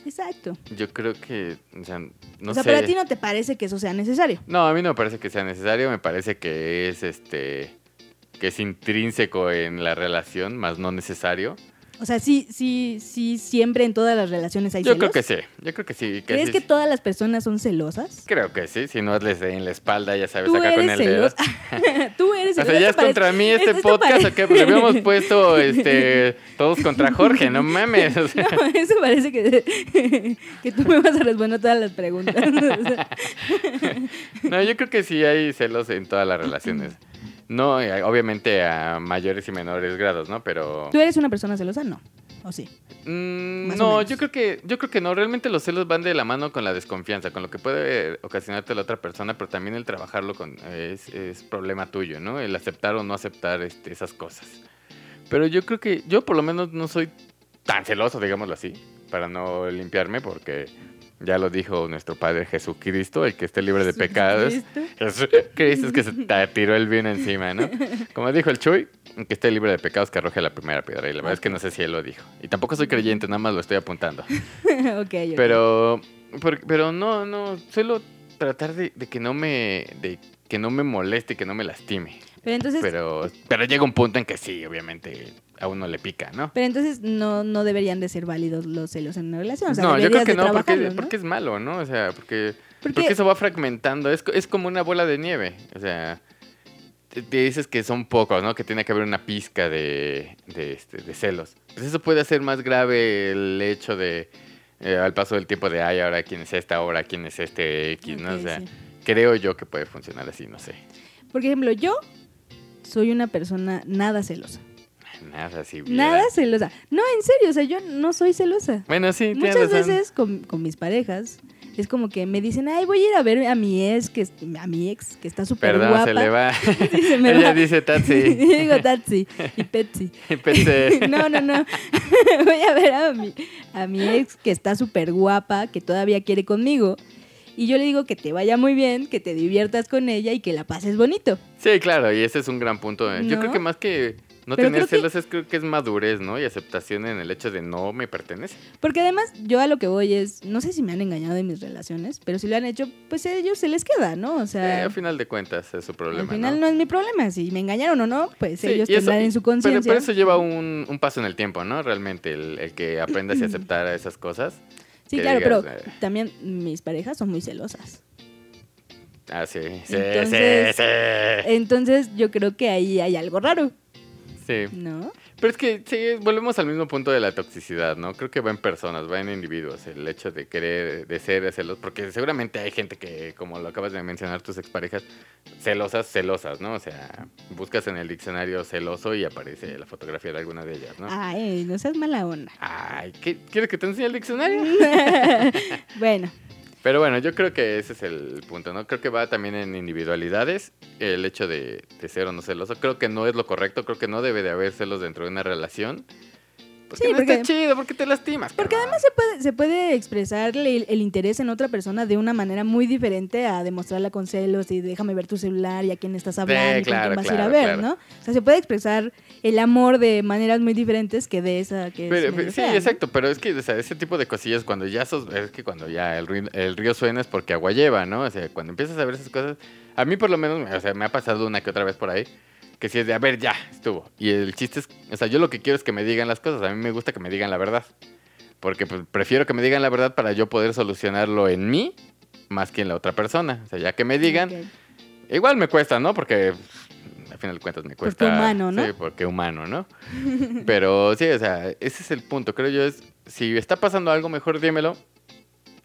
[SPEAKER 2] Exacto.
[SPEAKER 1] Yo creo que, o sea, no
[SPEAKER 2] o sea,
[SPEAKER 1] sé.
[SPEAKER 2] para ti no te parece que eso sea necesario.
[SPEAKER 1] No, a mí no me parece que sea necesario, me parece que es este que es intrínseco en la relación, más no necesario.
[SPEAKER 2] O sea, sí, sí, sí, siempre en todas las relaciones hay
[SPEAKER 1] Yo creo
[SPEAKER 2] celos.
[SPEAKER 1] que sí, yo creo que sí. Que
[SPEAKER 2] ¿Crees
[SPEAKER 1] sí-
[SPEAKER 2] que todas las personas son celosas?
[SPEAKER 1] Creo que sí, si no les en la espalda, ya sabes,
[SPEAKER 2] Tú
[SPEAKER 1] acá con
[SPEAKER 2] eres
[SPEAKER 1] el dedo.
[SPEAKER 2] celosa. Tú eres
[SPEAKER 1] O
[SPEAKER 2] celosa. [laughs]
[SPEAKER 1] sea, ya
[SPEAKER 2] ¿te
[SPEAKER 1] es
[SPEAKER 2] parece?
[SPEAKER 1] contra mí este
[SPEAKER 2] Esto
[SPEAKER 1] podcast,
[SPEAKER 2] parece-
[SPEAKER 1] ¿o qué? Pues lo habíamos puesto
[SPEAKER 2] [laughs]
[SPEAKER 1] este, todos contra Jorge, no mames. o sea.
[SPEAKER 2] No, eso parece [laughs] que, [laughs] que tú me vas a responder todas las preguntas. [laughs] O sea,
[SPEAKER 1] No, yo creo que sí hay celos en todas las relaciones. No, eh, obviamente a mayores y menores grados, ¿no? Pero...
[SPEAKER 2] ¿Tú eres una persona celosa? No. ¿O sí?
[SPEAKER 1] Mm,
[SPEAKER 2] Más o
[SPEAKER 1] no,
[SPEAKER 2] menos.
[SPEAKER 1] yo creo que yo creo que no. Realmente los celos van de la mano con la desconfianza, con lo que puede ocasionarte la otra persona, pero también el trabajarlo con es, es problema tuyo, ¿no? El aceptar o no aceptar este, esas cosas. Pero yo creo que yo por lo menos no soy tan celoso, digámoslo así, para no limpiarme, porque ya lo dijo nuestro Padre Jesucristo, el que esté libre
[SPEAKER 2] [laughs]
[SPEAKER 1] de pecados. [laughs]
[SPEAKER 2] Jesucristo.
[SPEAKER 1] Jesucristo es que se te tiró el vino encima, ¿no? Como dijo el Chuy, que esté libre de pecados que arroje la primera piedra. Y la verdad es que no sé si él lo dijo. Y tampoco soy creyente, nada más lo estoy apuntando.
[SPEAKER 2] ok, ok.
[SPEAKER 1] Pero, por- pero no, no, suelo tratar de, de que no me, de que no me moleste, que no me lastime.
[SPEAKER 2] Pero entonces, pero,
[SPEAKER 1] Pero, pero llega un punto en que sí, obviamente, a uno le pica, ¿no?
[SPEAKER 2] entonces no, no deberían de ser válidos los celos en una relación. O sea,
[SPEAKER 1] No, yo creo
[SPEAKER 2] deberías
[SPEAKER 1] que
[SPEAKER 2] de
[SPEAKER 1] no, porque,
[SPEAKER 2] trabajarlos, ¿no?
[SPEAKER 1] porque es malo, ¿no? O sea, porque...
[SPEAKER 2] Porque-
[SPEAKER 1] Porque eso va fragmentando, es, co- es como una bola de nieve. O sea, te, te dices que son pocos, ¿no? Que tiene que haber una pizca de, de, este, de celos. Pues eso puede hacer más grave el hecho de, eh, al paso del tiempo, de, ay, ahora quién es esta, ahora quién es este X, ¿no? O
[SPEAKER 2] Ok,
[SPEAKER 1] sea,
[SPEAKER 2] sí.
[SPEAKER 1] creo yo que puede funcionar así, no sé.
[SPEAKER 2] Por ejemplo, yo soy una persona nada celosa.
[SPEAKER 1] Nada así.
[SPEAKER 2] Nada celosa. No, en serio, o sea, yo no soy celosa.
[SPEAKER 1] Bueno, sí, tienes
[SPEAKER 2] Muchas
[SPEAKER 1] razón.
[SPEAKER 2] veces con, con mis parejas es como que me dicen, ay, voy a ir a ver a mi ex, que, es- a mi ex, que está súper
[SPEAKER 1] Perdón,
[SPEAKER 2] guapa.
[SPEAKER 1] se le va.
[SPEAKER 2] [laughs] Sí, se me
[SPEAKER 1] Ella
[SPEAKER 2] [laughs] va.
[SPEAKER 1] dice
[SPEAKER 2] Y
[SPEAKER 1] Tatsi.
[SPEAKER 2] digo Tatsi y Pepsi.
[SPEAKER 1] Pensé,
[SPEAKER 2] [laughs] No, no, no. Voy a ver a mi, a mi ex que está súper guapa, que todavía quiere conmigo. Y yo le digo que te vaya muy bien, que te diviertas con ella y que la pases bonito.
[SPEAKER 1] Sí, claro, y ese es un gran punto. eh. Yo creo
[SPEAKER 2] ¿No?
[SPEAKER 1] que más que No
[SPEAKER 2] Pero
[SPEAKER 1] tener
[SPEAKER 2] creo que-
[SPEAKER 1] celos es creo que es madurez, ¿no? Y aceptación en el hecho de no me pertenece.
[SPEAKER 2] Porque además, yo a lo que voy es, no sé si me han engañado en mis relaciones, pero si lo han hecho, pues a ellos se les queda, ¿no? O
[SPEAKER 1] Eh,
[SPEAKER 2] sea,
[SPEAKER 1] al final de cuentas es su
[SPEAKER 2] al
[SPEAKER 1] problema,
[SPEAKER 2] final
[SPEAKER 1] ¿no?
[SPEAKER 2] ¿no? es mi problema. Si me engañaron o no, pues
[SPEAKER 1] Sí,
[SPEAKER 2] ellos
[SPEAKER 1] y eso-
[SPEAKER 2] tendrán en su
[SPEAKER 1] pero-
[SPEAKER 2] conciencia.
[SPEAKER 1] Pero, eso lleva un, un paso en el tiempo, ¿no? Realmente, el, el que
[SPEAKER 2] [clears throat]
[SPEAKER 1] aprendas y aceptar a esas cosas.
[SPEAKER 2] sí,
[SPEAKER 1] que
[SPEAKER 2] claro,
[SPEAKER 1] digas,
[SPEAKER 2] pero
[SPEAKER 1] eh.
[SPEAKER 2] también mis parejas son muy celosas.
[SPEAKER 1] Ah, sí, sí,
[SPEAKER 2] Entonces, eh,
[SPEAKER 1] sí, sí.
[SPEAKER 2] Entonces, yo creo que ahí hay algo raro,
[SPEAKER 1] Sí.
[SPEAKER 2] ¿no?
[SPEAKER 1] Pero es que sí, volvemos al mismo punto de la toxicidad, ¿no? Creo que va en personas, va en individuos, el hecho de querer, de ser celos, porque seguramente hay gente que, como lo acabas de mencionar, tus exparejas, celosas, celosas, ¿no? O sea, buscas en el diccionario celoso y aparece la fotografía de alguna de ellas, ¿no?
[SPEAKER 2] Ah. Ay, no seas mala onda.
[SPEAKER 1] Ay, ¿qué- ¿quieres que te enseñe el diccionario?
[SPEAKER 2] bueno,
[SPEAKER 1] Pero bueno, yo creo que ese es el punto, ¿no? Creo que va también en individualidades el hecho de, de ser o no celoso. Creo que no es lo correcto, creo que no debe de haber celos dentro de una relación. Porque
[SPEAKER 2] Sí,
[SPEAKER 1] no
[SPEAKER 2] porque-
[SPEAKER 1] está chido, porque te lastimas.
[SPEAKER 2] Porque
[SPEAKER 1] además
[SPEAKER 2] se puede, se puede expresar el, el interés en otra persona de una manera muy diferente a demostrarla con celos y déjame ver tu celular y a quién estás hablando y con
[SPEAKER 1] claro,
[SPEAKER 2] quién vas
[SPEAKER 1] claro,
[SPEAKER 2] a ir a ver,
[SPEAKER 1] claro.
[SPEAKER 2] ¿no? O sea, se puede expresar el amor de maneras muy diferentes que de esa que es
[SPEAKER 1] Pero-
[SPEAKER 2] medio
[SPEAKER 1] pero- sí,
[SPEAKER 2] fea, ¿no?
[SPEAKER 1] exacto, pero es que o sea, ese tipo de cosillas, cuando ya sos- es que cuando ya el río, el río suena es porque agua lleva, ¿no? O sea, cuando empiezas a ver esas cosas, a mí por lo menos, o sea, me ha pasado una que otra vez por ahí, que si es de, a ver, ya, estuvo. Y el chiste es, o sea, yo lo que quiero es que me digan las cosas, a mí me gusta que me digan la verdad, porque pues, prefiero que me digan la verdad para yo poder solucionarlo en mí más que en la otra persona. O sea, ya que me digan,
[SPEAKER 2] Ok.
[SPEAKER 1] Igual me cuesta, ¿no? Porque pff, al final de cuentas me
[SPEAKER 2] Porque
[SPEAKER 1] cuesta.
[SPEAKER 2] humano, ¿no?
[SPEAKER 1] Sí, porque humano, ¿no? [laughs] Pero sí, o sea, ese es el punto. Creo yo es, si está pasando algo, mejor dímelo.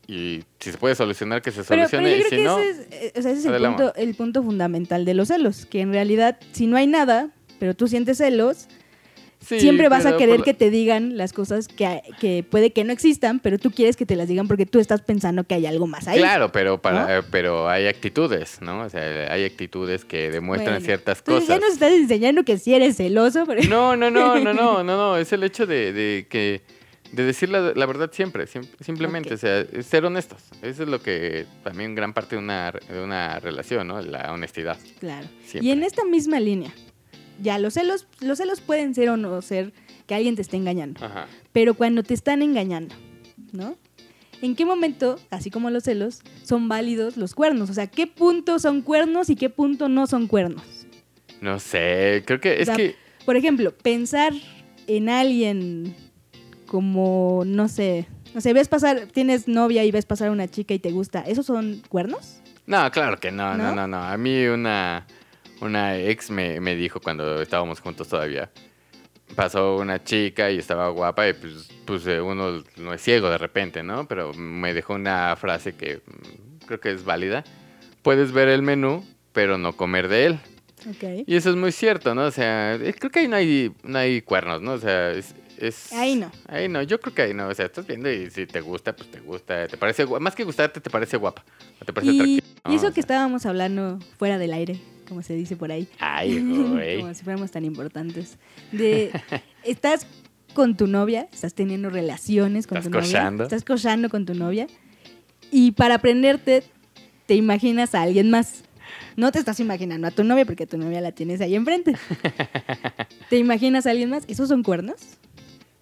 [SPEAKER 1] Y si se puede solucionar, que se
[SPEAKER 2] Pero,
[SPEAKER 1] solucione.
[SPEAKER 2] pero yo creo
[SPEAKER 1] y si
[SPEAKER 2] que
[SPEAKER 1] no,
[SPEAKER 2] ese es, eh, o sea, ese es el,
[SPEAKER 1] adelante.
[SPEAKER 2] punto, el punto fundamental de los celos, que en realidad si no hay nada, pero tú sientes celos,
[SPEAKER 1] sí,
[SPEAKER 2] siempre vas a
[SPEAKER 1] pero
[SPEAKER 2] querer
[SPEAKER 1] por-
[SPEAKER 2] que te digan las cosas que, que puede que no existan, pero tú quieres que te las digan porque tú estás pensando que hay algo más ahí.
[SPEAKER 1] Claro, pero, para, pero hay actitudes, ¿no? O sea, hay actitudes que demuestran
[SPEAKER 2] Bueno,
[SPEAKER 1] ciertas
[SPEAKER 2] Tú
[SPEAKER 1] cosas.
[SPEAKER 2] ya nos estás enseñando que si eres celoso, pero...
[SPEAKER 1] No, no, no, no, no, no,
[SPEAKER 2] [laughs]
[SPEAKER 1] no. Es el hecho de, de que de decir la, la verdad siempre, sim- simplemente,
[SPEAKER 2] Ok.
[SPEAKER 1] o sea, es ser honestos. Eso es lo que también gran parte de una, re- de una relación, ¿no? La honestidad.
[SPEAKER 2] [laughs] Claro.
[SPEAKER 1] Siempre.
[SPEAKER 2] Y en esta misma línea, ya los celos, los celos pueden ser o no ser que alguien te esté engañando,
[SPEAKER 1] Ajá.
[SPEAKER 2] pero cuando te están engañando, ¿no? ¿En qué momento, así como los celos, son válidos los cuernos? O sea, ¿qué punto son cuernos y qué punto no son cuernos?
[SPEAKER 1] No sé, creo que es
[SPEAKER 2] O sea,
[SPEAKER 1] que
[SPEAKER 2] Por ejemplo, pensar en alguien como, no sé, no sé, ves pasar, tienes novia y ves pasar a una chica y te gusta, ¿esos son cuernos?
[SPEAKER 1] no, claro que no, no,
[SPEAKER 2] ¿No?
[SPEAKER 1] no, no. A mí una una ex me, me dijo cuando estábamos juntos todavía. Pasó una chica y estaba guapa y pues, pues eh, uno no es ciego de repente, ¿no? Pero me dejó una frase que mm, creo que es válida. Puedes ver el menú, pero no comer de él.
[SPEAKER 2] Ok.
[SPEAKER 1] Y eso es muy cierto, ¿no? O sea, eh, creo que ahí no hay, no hay cuernos, ¿no? O sea, es, es-
[SPEAKER 2] Ahí no.
[SPEAKER 1] Ahí no, yo creo que ahí no. O sea, estás viendo y si te gusta, pues te gusta. Te parece gua- Más que gustarte, te parece guapa. O te parece
[SPEAKER 2] Y,
[SPEAKER 1] atractiva,
[SPEAKER 2] y
[SPEAKER 1] ¿no?
[SPEAKER 2] eso
[SPEAKER 1] O
[SPEAKER 2] que
[SPEAKER 1] sea,
[SPEAKER 2] estábamos hablando fuera del aire, como se dice por ahí, [laughs]
[SPEAKER 1] Ay, güey.
[SPEAKER 2] como si fuéramos tan importantes, de estás con tu novia, estás teniendo relaciones con
[SPEAKER 1] Estás
[SPEAKER 2] tu
[SPEAKER 1] cochando.
[SPEAKER 2] novia, estás cochando con tu novia, y para aprenderte te imaginas a alguien más. No te estás imaginando a tu novia porque tu novia la tienes ahí enfrente.
[SPEAKER 1] [laughs]
[SPEAKER 2] ¿Te imaginas a alguien más? ¿Esos son cuernos?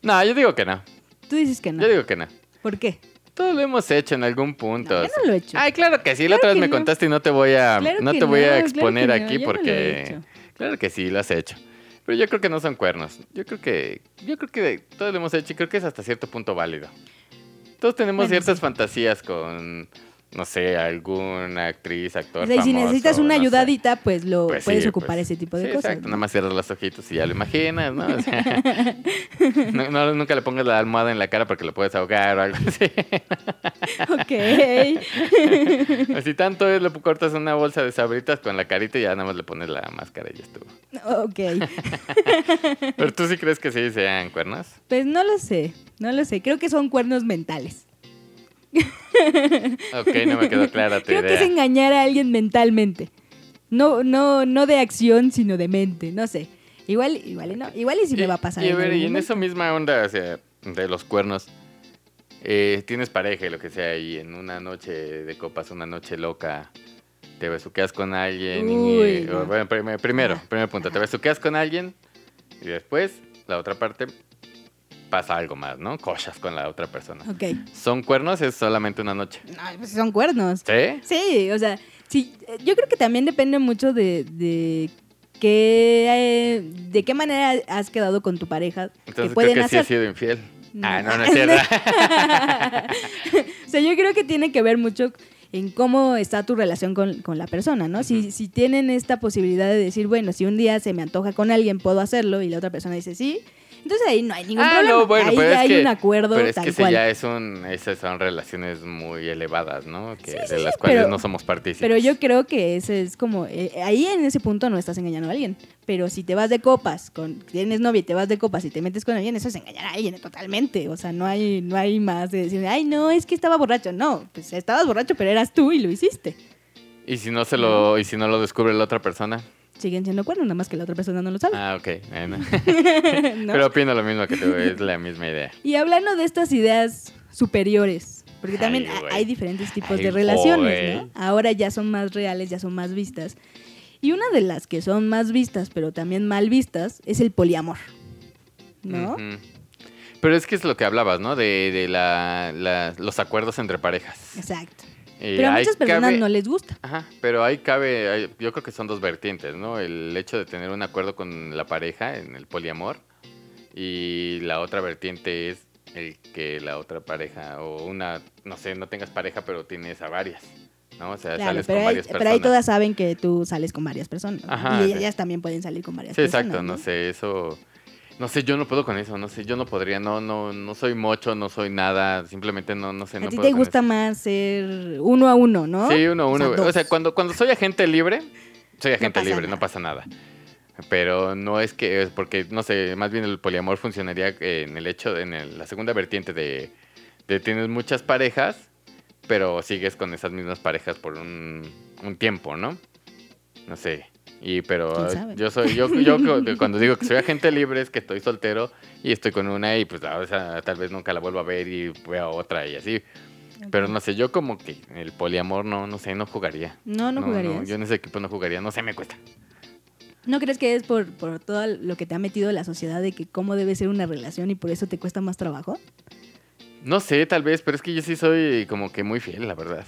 [SPEAKER 1] No, yo digo que no.
[SPEAKER 2] Tú dices que no.
[SPEAKER 1] Yo digo que no.
[SPEAKER 2] ¿Por qué?
[SPEAKER 1] Todo lo hemos hecho en algún
[SPEAKER 2] No,
[SPEAKER 1] punto.
[SPEAKER 2] yo
[SPEAKER 1] o sea.
[SPEAKER 2] no lo he hecho.
[SPEAKER 1] Ay, claro que sí. La otra
[SPEAKER 2] Claro
[SPEAKER 1] vez me
[SPEAKER 2] que no.
[SPEAKER 1] contaste y no te voy a,
[SPEAKER 2] Claro
[SPEAKER 1] no
[SPEAKER 2] que
[SPEAKER 1] te voy
[SPEAKER 2] no,
[SPEAKER 1] a
[SPEAKER 2] claro
[SPEAKER 1] exponer
[SPEAKER 2] que no,
[SPEAKER 1] aquí
[SPEAKER 2] yo no lo he
[SPEAKER 1] porque.
[SPEAKER 2] hecho.
[SPEAKER 1] claro que sí, lo has hecho. Pero yo creo que no son cuernos. Yo creo que. Yo creo que todo lo hemos hecho y creo que es hasta cierto punto válido. Todos tenemos
[SPEAKER 2] Bueno,
[SPEAKER 1] ciertas fantasías con. No sé, alguna actriz, actor.
[SPEAKER 2] O sea, y si
[SPEAKER 1] famoso,
[SPEAKER 2] necesitas una
[SPEAKER 1] no sé.
[SPEAKER 2] ayudadita, pues lo
[SPEAKER 1] Pues sí,
[SPEAKER 2] puedes ocupar
[SPEAKER 1] pues,
[SPEAKER 2] ese tipo de
[SPEAKER 1] sí,
[SPEAKER 2] cosas.
[SPEAKER 1] Exacto,
[SPEAKER 2] ¿no?
[SPEAKER 1] nada más cierras los ojitos y ya lo imaginas, ¿no? O sea, no- no, nunca le pongas la almohada en la cara porque lo puedes ahogar o algo así.
[SPEAKER 2] [laughs] Ok.
[SPEAKER 1] Si tanto es, le cortas una bolsa de sabritas con la carita y ya nada más le pones la máscara y ya estuvo.
[SPEAKER 2] Ok.
[SPEAKER 1] Pero tú sí crees que sí sean cuernos.
[SPEAKER 2] Pues no lo sé. No lo sé. Creo que son cuernos mentales.
[SPEAKER 1] Ok, no me quedó clara tu
[SPEAKER 2] Creo que es
[SPEAKER 1] idea.
[SPEAKER 2] engañar a alguien mentalmente. No, no, no de acción, sino de mente. No sé. Igual, igual y no. Igual y si me va a pasar.
[SPEAKER 1] Y, y a
[SPEAKER 2] en
[SPEAKER 1] ver,
[SPEAKER 2] algún
[SPEAKER 1] y en
[SPEAKER 2] momento.
[SPEAKER 1] esa misma onda, o sea, de los cuernos, eh, tienes pareja y lo que sea, y en una noche de copas, una noche loca, te besuqueas con alguien. y-
[SPEAKER 2] Uy,
[SPEAKER 1] o,
[SPEAKER 2] no. Ah.
[SPEAKER 1] bueno, prim- primero,
[SPEAKER 2] Ajá,
[SPEAKER 1] primer punto, te besuqueas con alguien. Y después, la otra parte pasa algo más, ¿no? Cosas con la otra persona.
[SPEAKER 2] Ok.
[SPEAKER 1] Son cuernos, es solamente una noche.
[SPEAKER 2] No, pues son cuernos.
[SPEAKER 1] ¿Sí?
[SPEAKER 2] Sí, o sea, sí, eh, yo creo que también depende mucho de, de qué, eh, de qué manera has quedado con tu pareja que
[SPEAKER 1] Entonces creo
[SPEAKER 2] pueden
[SPEAKER 1] que sí he
[SPEAKER 2] hacer.
[SPEAKER 1] sido infiel.
[SPEAKER 2] No.
[SPEAKER 1] Ah, no, no es
[SPEAKER 2] [laughs]
[SPEAKER 1] cierto.
[SPEAKER 2] o sea, yo creo que tiene que ver mucho en cómo está tu relación con, con la persona, ¿no? si,
[SPEAKER 1] Ujú.
[SPEAKER 2] si tienen esta posibilidad de decir, bueno, si un día se me antoja con alguien, puedo hacerlo, y la otra persona dice sí, entonces ahí no hay ningún
[SPEAKER 1] Ah,
[SPEAKER 2] problema.
[SPEAKER 1] no, bueno,
[SPEAKER 2] ahí
[SPEAKER 1] pero
[SPEAKER 2] ya
[SPEAKER 1] es
[SPEAKER 2] hay
[SPEAKER 1] que-
[SPEAKER 2] un acuerdo
[SPEAKER 1] Pero es
[SPEAKER 2] tal
[SPEAKER 1] que ese
[SPEAKER 2] cual.
[SPEAKER 1] ya es un, esas son relaciones muy elevadas, ¿no? Que,
[SPEAKER 2] Sí, sí,
[SPEAKER 1] de
[SPEAKER 2] sí,
[SPEAKER 1] las cuales
[SPEAKER 2] pero-
[SPEAKER 1] no somos partícipes.
[SPEAKER 2] Pero yo creo que ese es como, eh, ahí en ese punto no estás engañando a alguien. Pero si te vas de copas, con, tienes novia y te vas de copas y te metes con alguien, eso es engañar a alguien totalmente. O sea, no hay, no hay más de decir, ay, no, es que estaba borracho. No, pues estabas borracho, pero eras tú y lo hiciste.
[SPEAKER 1] ¿Y si no se lo, y si no lo descubre la otra persona?
[SPEAKER 2] Siguen siendo cuernos, nada más que la otra persona no lo sabe.
[SPEAKER 1] Ah, ok. Eh, no.
[SPEAKER 2] [laughs] ¿no?
[SPEAKER 1] Pero opino lo mismo que tú, es la misma idea.
[SPEAKER 2] Y hablando de estas ideas superiores, porque también
[SPEAKER 1] Ay,
[SPEAKER 2] ha-
[SPEAKER 1] güey.
[SPEAKER 2] hay diferentes tipos
[SPEAKER 1] Ay,
[SPEAKER 2] de relaciones,
[SPEAKER 1] güey.
[SPEAKER 2] ¿no? Ahora ya son más reales, ya son más vistas. Y una de las que son más vistas, pero también mal vistas, es el poliamor. ¿No?
[SPEAKER 1] Ujú. Pero es que es lo que hablabas, ¿no? De, de la, la- los acuerdos entre parejas.
[SPEAKER 2] Exacto.
[SPEAKER 1] Y
[SPEAKER 2] Pero a
[SPEAKER 1] ahí
[SPEAKER 2] muchas personas
[SPEAKER 1] cabe-
[SPEAKER 2] no les gusta.
[SPEAKER 1] Ajá, pero ahí cabe, ahí- yo creo que son dos vertientes, ¿no? El hecho de tener un acuerdo con la pareja en el poliamor y la otra vertiente es el que la otra pareja o una, no sé, no tengas pareja pero tienes a varias, ¿no? O sea,
[SPEAKER 2] Claro,
[SPEAKER 1] sales
[SPEAKER 2] pero
[SPEAKER 1] con
[SPEAKER 2] ahí,
[SPEAKER 1] varias personas.
[SPEAKER 2] pero ahí todas saben que tú sales con varias personas. ¿no?
[SPEAKER 1] Ajá,
[SPEAKER 2] y
[SPEAKER 1] sí.
[SPEAKER 2] ellas también pueden salir con varias
[SPEAKER 1] Sí,
[SPEAKER 2] personas.
[SPEAKER 1] exacto, no sé, eso... No sé, yo no puedo con eso, no sé, yo no podría, no, no, no soy mocho, no soy nada, simplemente no, no sé, no
[SPEAKER 2] a ti
[SPEAKER 1] puedo
[SPEAKER 2] te
[SPEAKER 1] con
[SPEAKER 2] gusta
[SPEAKER 1] eso.
[SPEAKER 2] más ser uno a uno, ¿no?
[SPEAKER 1] Sí, uno, uno.
[SPEAKER 2] O
[SPEAKER 1] güey.
[SPEAKER 2] sea,
[SPEAKER 1] O sea,
[SPEAKER 2] dos.
[SPEAKER 1] cuando, cuando soy agente libre, soy agente
[SPEAKER 2] pasa
[SPEAKER 1] libre,
[SPEAKER 2] nada.
[SPEAKER 1] no pasa nada. Pero no es que, es porque, no sé, más bien el poliamor funcionaría en el hecho, en el- la segunda vertiente de, de tienes muchas parejas, pero sigues con esas mismas parejas por un, un tiempo, ¿no? No sé. Y pero
[SPEAKER 2] ¿Quién sabe?
[SPEAKER 1] yo soy, yo, yo cu- cuando digo que soy agente libre es que estoy soltero y estoy con una y pues o sea, tal vez nunca la vuelvo a ver y veo otra y así. Pero no sé, yo como que el poliamor no, no sé, no jugaría.
[SPEAKER 2] No, no, jugarías.
[SPEAKER 1] yo en ese equipo no jugaría, no sé, me cuesta.
[SPEAKER 2] ¿No crees que es por, por todo lo que te ha metido la sociedad de que cómo debe ser una relación y por eso te cuesta más trabajo?
[SPEAKER 1] No sé, tal vez, pero es que yo sí soy como que muy fiel, la verdad.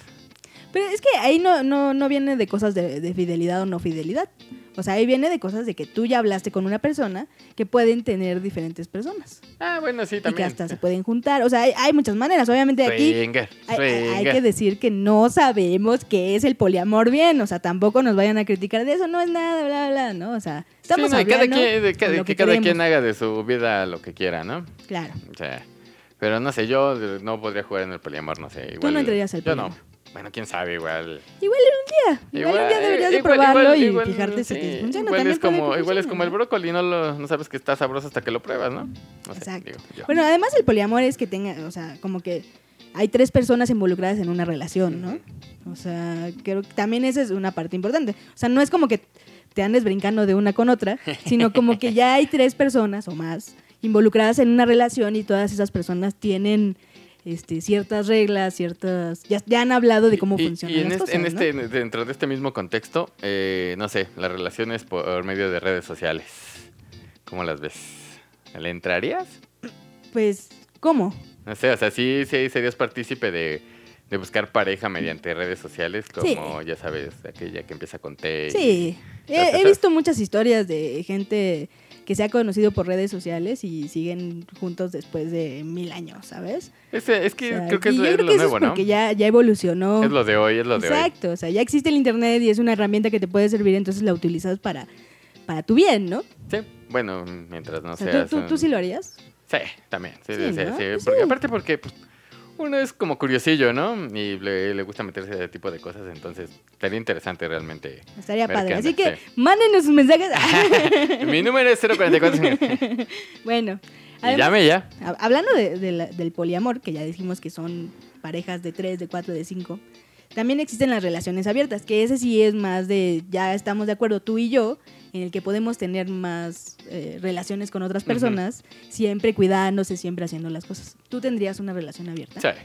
[SPEAKER 2] Pero es que ahí no, no, no viene de cosas de, de fidelidad o no fidelidad. O sea, ahí viene de cosas de que tú ya hablaste con una persona que pueden tener diferentes personas.
[SPEAKER 1] Ah, bueno, sí,
[SPEAKER 2] Y que
[SPEAKER 1] también.
[SPEAKER 2] hasta se pueden juntar. O sea, hay, hay muchas maneras. Obviamente aquí
[SPEAKER 1] Swinger,
[SPEAKER 2] hay, hay- hay
[SPEAKER 1] swinger.
[SPEAKER 2] que decir que no sabemos qué es el poliamor bien. O sea, tampoco nos vayan a criticar de eso. No es nada, bla, bla, ¿no? O sea, estamos
[SPEAKER 1] Sí, no, y cada
[SPEAKER 2] hablando
[SPEAKER 1] quien, de
[SPEAKER 2] con
[SPEAKER 1] cada-
[SPEAKER 2] lo
[SPEAKER 1] que cada quien
[SPEAKER 2] queremos.
[SPEAKER 1] haga de su vida lo que quiera, ¿no?
[SPEAKER 2] Claro.
[SPEAKER 1] O sea, pero no sé, yo de- no podría jugar en el poliamor, no sé. Igual,
[SPEAKER 2] no entrarías al
[SPEAKER 1] Yo no.
[SPEAKER 2] poliamor.
[SPEAKER 1] Bueno, quién sabe, igual. eh,
[SPEAKER 2] Igual en un día. Igual, un día deberías de probarlo
[SPEAKER 1] igual-
[SPEAKER 2] y
[SPEAKER 1] igual,
[SPEAKER 2] fijarte si
[SPEAKER 1] sí,
[SPEAKER 2] te
[SPEAKER 1] Igual
[SPEAKER 2] funciona. también
[SPEAKER 1] es,
[SPEAKER 2] puede que
[SPEAKER 1] como, igual es
[SPEAKER 2] funcione,
[SPEAKER 1] como el
[SPEAKER 2] ¿no?
[SPEAKER 1] brócoli, no, lo, no sabes que está sabroso hasta que lo pruebas, ¿no? No sé,
[SPEAKER 2] Exacto.
[SPEAKER 1] digo yo.
[SPEAKER 2] Bueno, además el poliamor es que tenga, o sea, como que hay tres personas involucradas en una relación, ¿no? O sea, creo que también esa es una parte importante. O sea, no es como que te andes brincando de una con otra, sino como que ya hay tres personas o más involucradas en una relación y todas esas personas tienen este, ciertas reglas, ciertas... Ya, ya han hablado de cómo
[SPEAKER 1] Y- y-
[SPEAKER 2] funcionan
[SPEAKER 1] y en
[SPEAKER 2] las
[SPEAKER 1] este,
[SPEAKER 2] cosas,
[SPEAKER 1] en
[SPEAKER 2] ¿no?
[SPEAKER 1] este- dentro de este mismo contexto, eh, no sé, las relaciones por medio de redes sociales. ¿Cómo las ves? ¿Le entrarías?
[SPEAKER 2] Pues, ¿cómo?
[SPEAKER 1] No sé, o sea, sí, sí serías partícipe de, de buscar pareja mediante redes sociales, como ya sabes, aquella que empieza con T. eh, y-
[SPEAKER 2] Sí,
[SPEAKER 1] Las
[SPEAKER 2] he, he
[SPEAKER 1] esas-
[SPEAKER 2] visto muchas historias de gente que se ha conocido por redes sociales y siguen juntos después de mil años, ¿sabes?
[SPEAKER 1] Es, es
[SPEAKER 2] O
[SPEAKER 1] que
[SPEAKER 2] sea,
[SPEAKER 1] creo que
[SPEAKER 2] y
[SPEAKER 1] es,
[SPEAKER 2] yo
[SPEAKER 1] es
[SPEAKER 2] creo
[SPEAKER 1] lo
[SPEAKER 2] que eso
[SPEAKER 1] nuevo,
[SPEAKER 2] es
[SPEAKER 1] ¿no?
[SPEAKER 2] porque ya, ya evolucionó.
[SPEAKER 1] Es lo de hoy, es lo de hoy.
[SPEAKER 2] Exacto, o sea, ya existe el Internet y es una herramienta que te puede servir, entonces la utilizas para, para tu bien, ¿no?
[SPEAKER 1] Sí, bueno, mientras no
[SPEAKER 2] O sea,
[SPEAKER 1] seas
[SPEAKER 2] tú, tú-
[SPEAKER 1] un-
[SPEAKER 2] tú sí lo harías.
[SPEAKER 1] Sí, también. Sí,
[SPEAKER 2] Sí,
[SPEAKER 1] sí, sí,
[SPEAKER 2] ¿no? Pues
[SPEAKER 1] porque
[SPEAKER 2] sí.
[SPEAKER 1] aparte porque pues, uno es como curiosillo, ¿no? Y le, le gusta meterse a ese tipo de cosas, entonces estaría interesante
[SPEAKER 2] [laughs]
[SPEAKER 1] realmente.
[SPEAKER 2] Estaría
[SPEAKER 1] Ver qué
[SPEAKER 2] padre.
[SPEAKER 1] onda,
[SPEAKER 2] Así que
[SPEAKER 1] sí.
[SPEAKER 2] mándenos sus mensajes. [laughs]
[SPEAKER 1] Mi número es 044. señor.
[SPEAKER 2] bueno,
[SPEAKER 1] y
[SPEAKER 2] además-
[SPEAKER 1] llame ya.
[SPEAKER 2] Hab- Hablando de- de la- del poliamor, que ya dijimos que son parejas de tres, de cuatro, de cinco, también existen las relaciones abiertas, que ese sí es más de, ya estamos de acuerdo tú y yo, en el que podemos tener más eh, relaciones con otras personas, siempre cuidándose, siempre haciendo las cosas. ¿Tú tendrías una relación abierta?
[SPEAKER 1] Sí.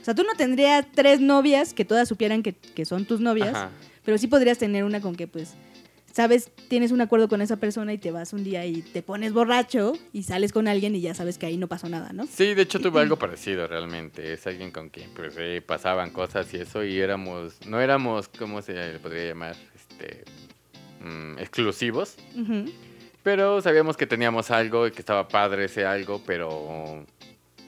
[SPEAKER 2] O sea, tú no tendrías tres novias que todas supieran que, que son tus novias,
[SPEAKER 1] Ajá.
[SPEAKER 2] pero sí podrías tener una con que pues sabes, tienes un acuerdo con esa persona y te vas un día y te pones borracho y sales con alguien y ya sabes que ahí no pasó nada, ¿no?
[SPEAKER 1] Sí, de hecho tuve algo parecido realmente. Es alguien con quien pues eh, pasaban cosas y eso y éramos, no éramos, ¿cómo se le podría llamar? Este, mm, exclusivos,
[SPEAKER 2] Ujú.
[SPEAKER 1] pero sabíamos que teníamos algo y que estaba padre ese algo, pero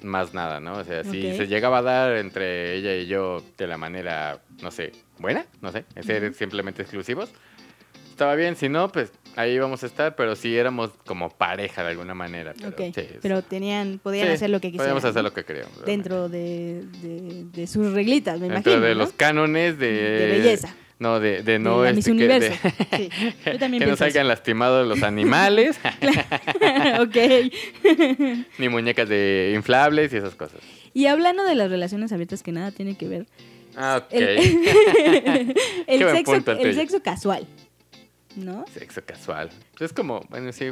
[SPEAKER 1] más nada, ¿no? O sea, si
[SPEAKER 2] Ok.
[SPEAKER 1] se llegaba a dar entre ella y yo de la manera, no sé, buena, no sé, es ser simplemente exclusivos, estaba bien, si no, pues ahí íbamos a estar, pero sí éramos como pareja de alguna manera. Pero,
[SPEAKER 2] Ok,
[SPEAKER 1] sí, es-
[SPEAKER 2] pero tenían, podían
[SPEAKER 1] Sí,
[SPEAKER 2] hacer lo que quisieran.
[SPEAKER 1] Podíamos hacer
[SPEAKER 2] ¿no?
[SPEAKER 1] lo que queríamos.
[SPEAKER 2] Dentro de, de- de sus reglitas, me
[SPEAKER 1] Dentro
[SPEAKER 2] imagino.
[SPEAKER 1] de
[SPEAKER 2] ¿no?
[SPEAKER 1] los cánones de...
[SPEAKER 2] De belleza.
[SPEAKER 1] No, de, de no...
[SPEAKER 2] de la Miss
[SPEAKER 1] este, que, de-
[SPEAKER 2] Universo.
[SPEAKER 1] [laughs]
[SPEAKER 2] Sí, Yo también
[SPEAKER 1] que no
[SPEAKER 2] pienso eso.
[SPEAKER 1] salgan lastimados los animales, [laughs]
[SPEAKER 2] [laughs] ok.
[SPEAKER 1] ni muñecas de inflables y esas cosas.
[SPEAKER 2] Y hablando de las relaciones abiertas que nada tiene que ver.
[SPEAKER 1] Ah, ok.
[SPEAKER 2] El, el
[SPEAKER 1] Qué buen
[SPEAKER 2] sexo,
[SPEAKER 1] punto el
[SPEAKER 2] el
[SPEAKER 1] tuyo.
[SPEAKER 2] sexo casual. ¿No?
[SPEAKER 1] [laughs] Sexo casual. Pues Es como, bueno, sí...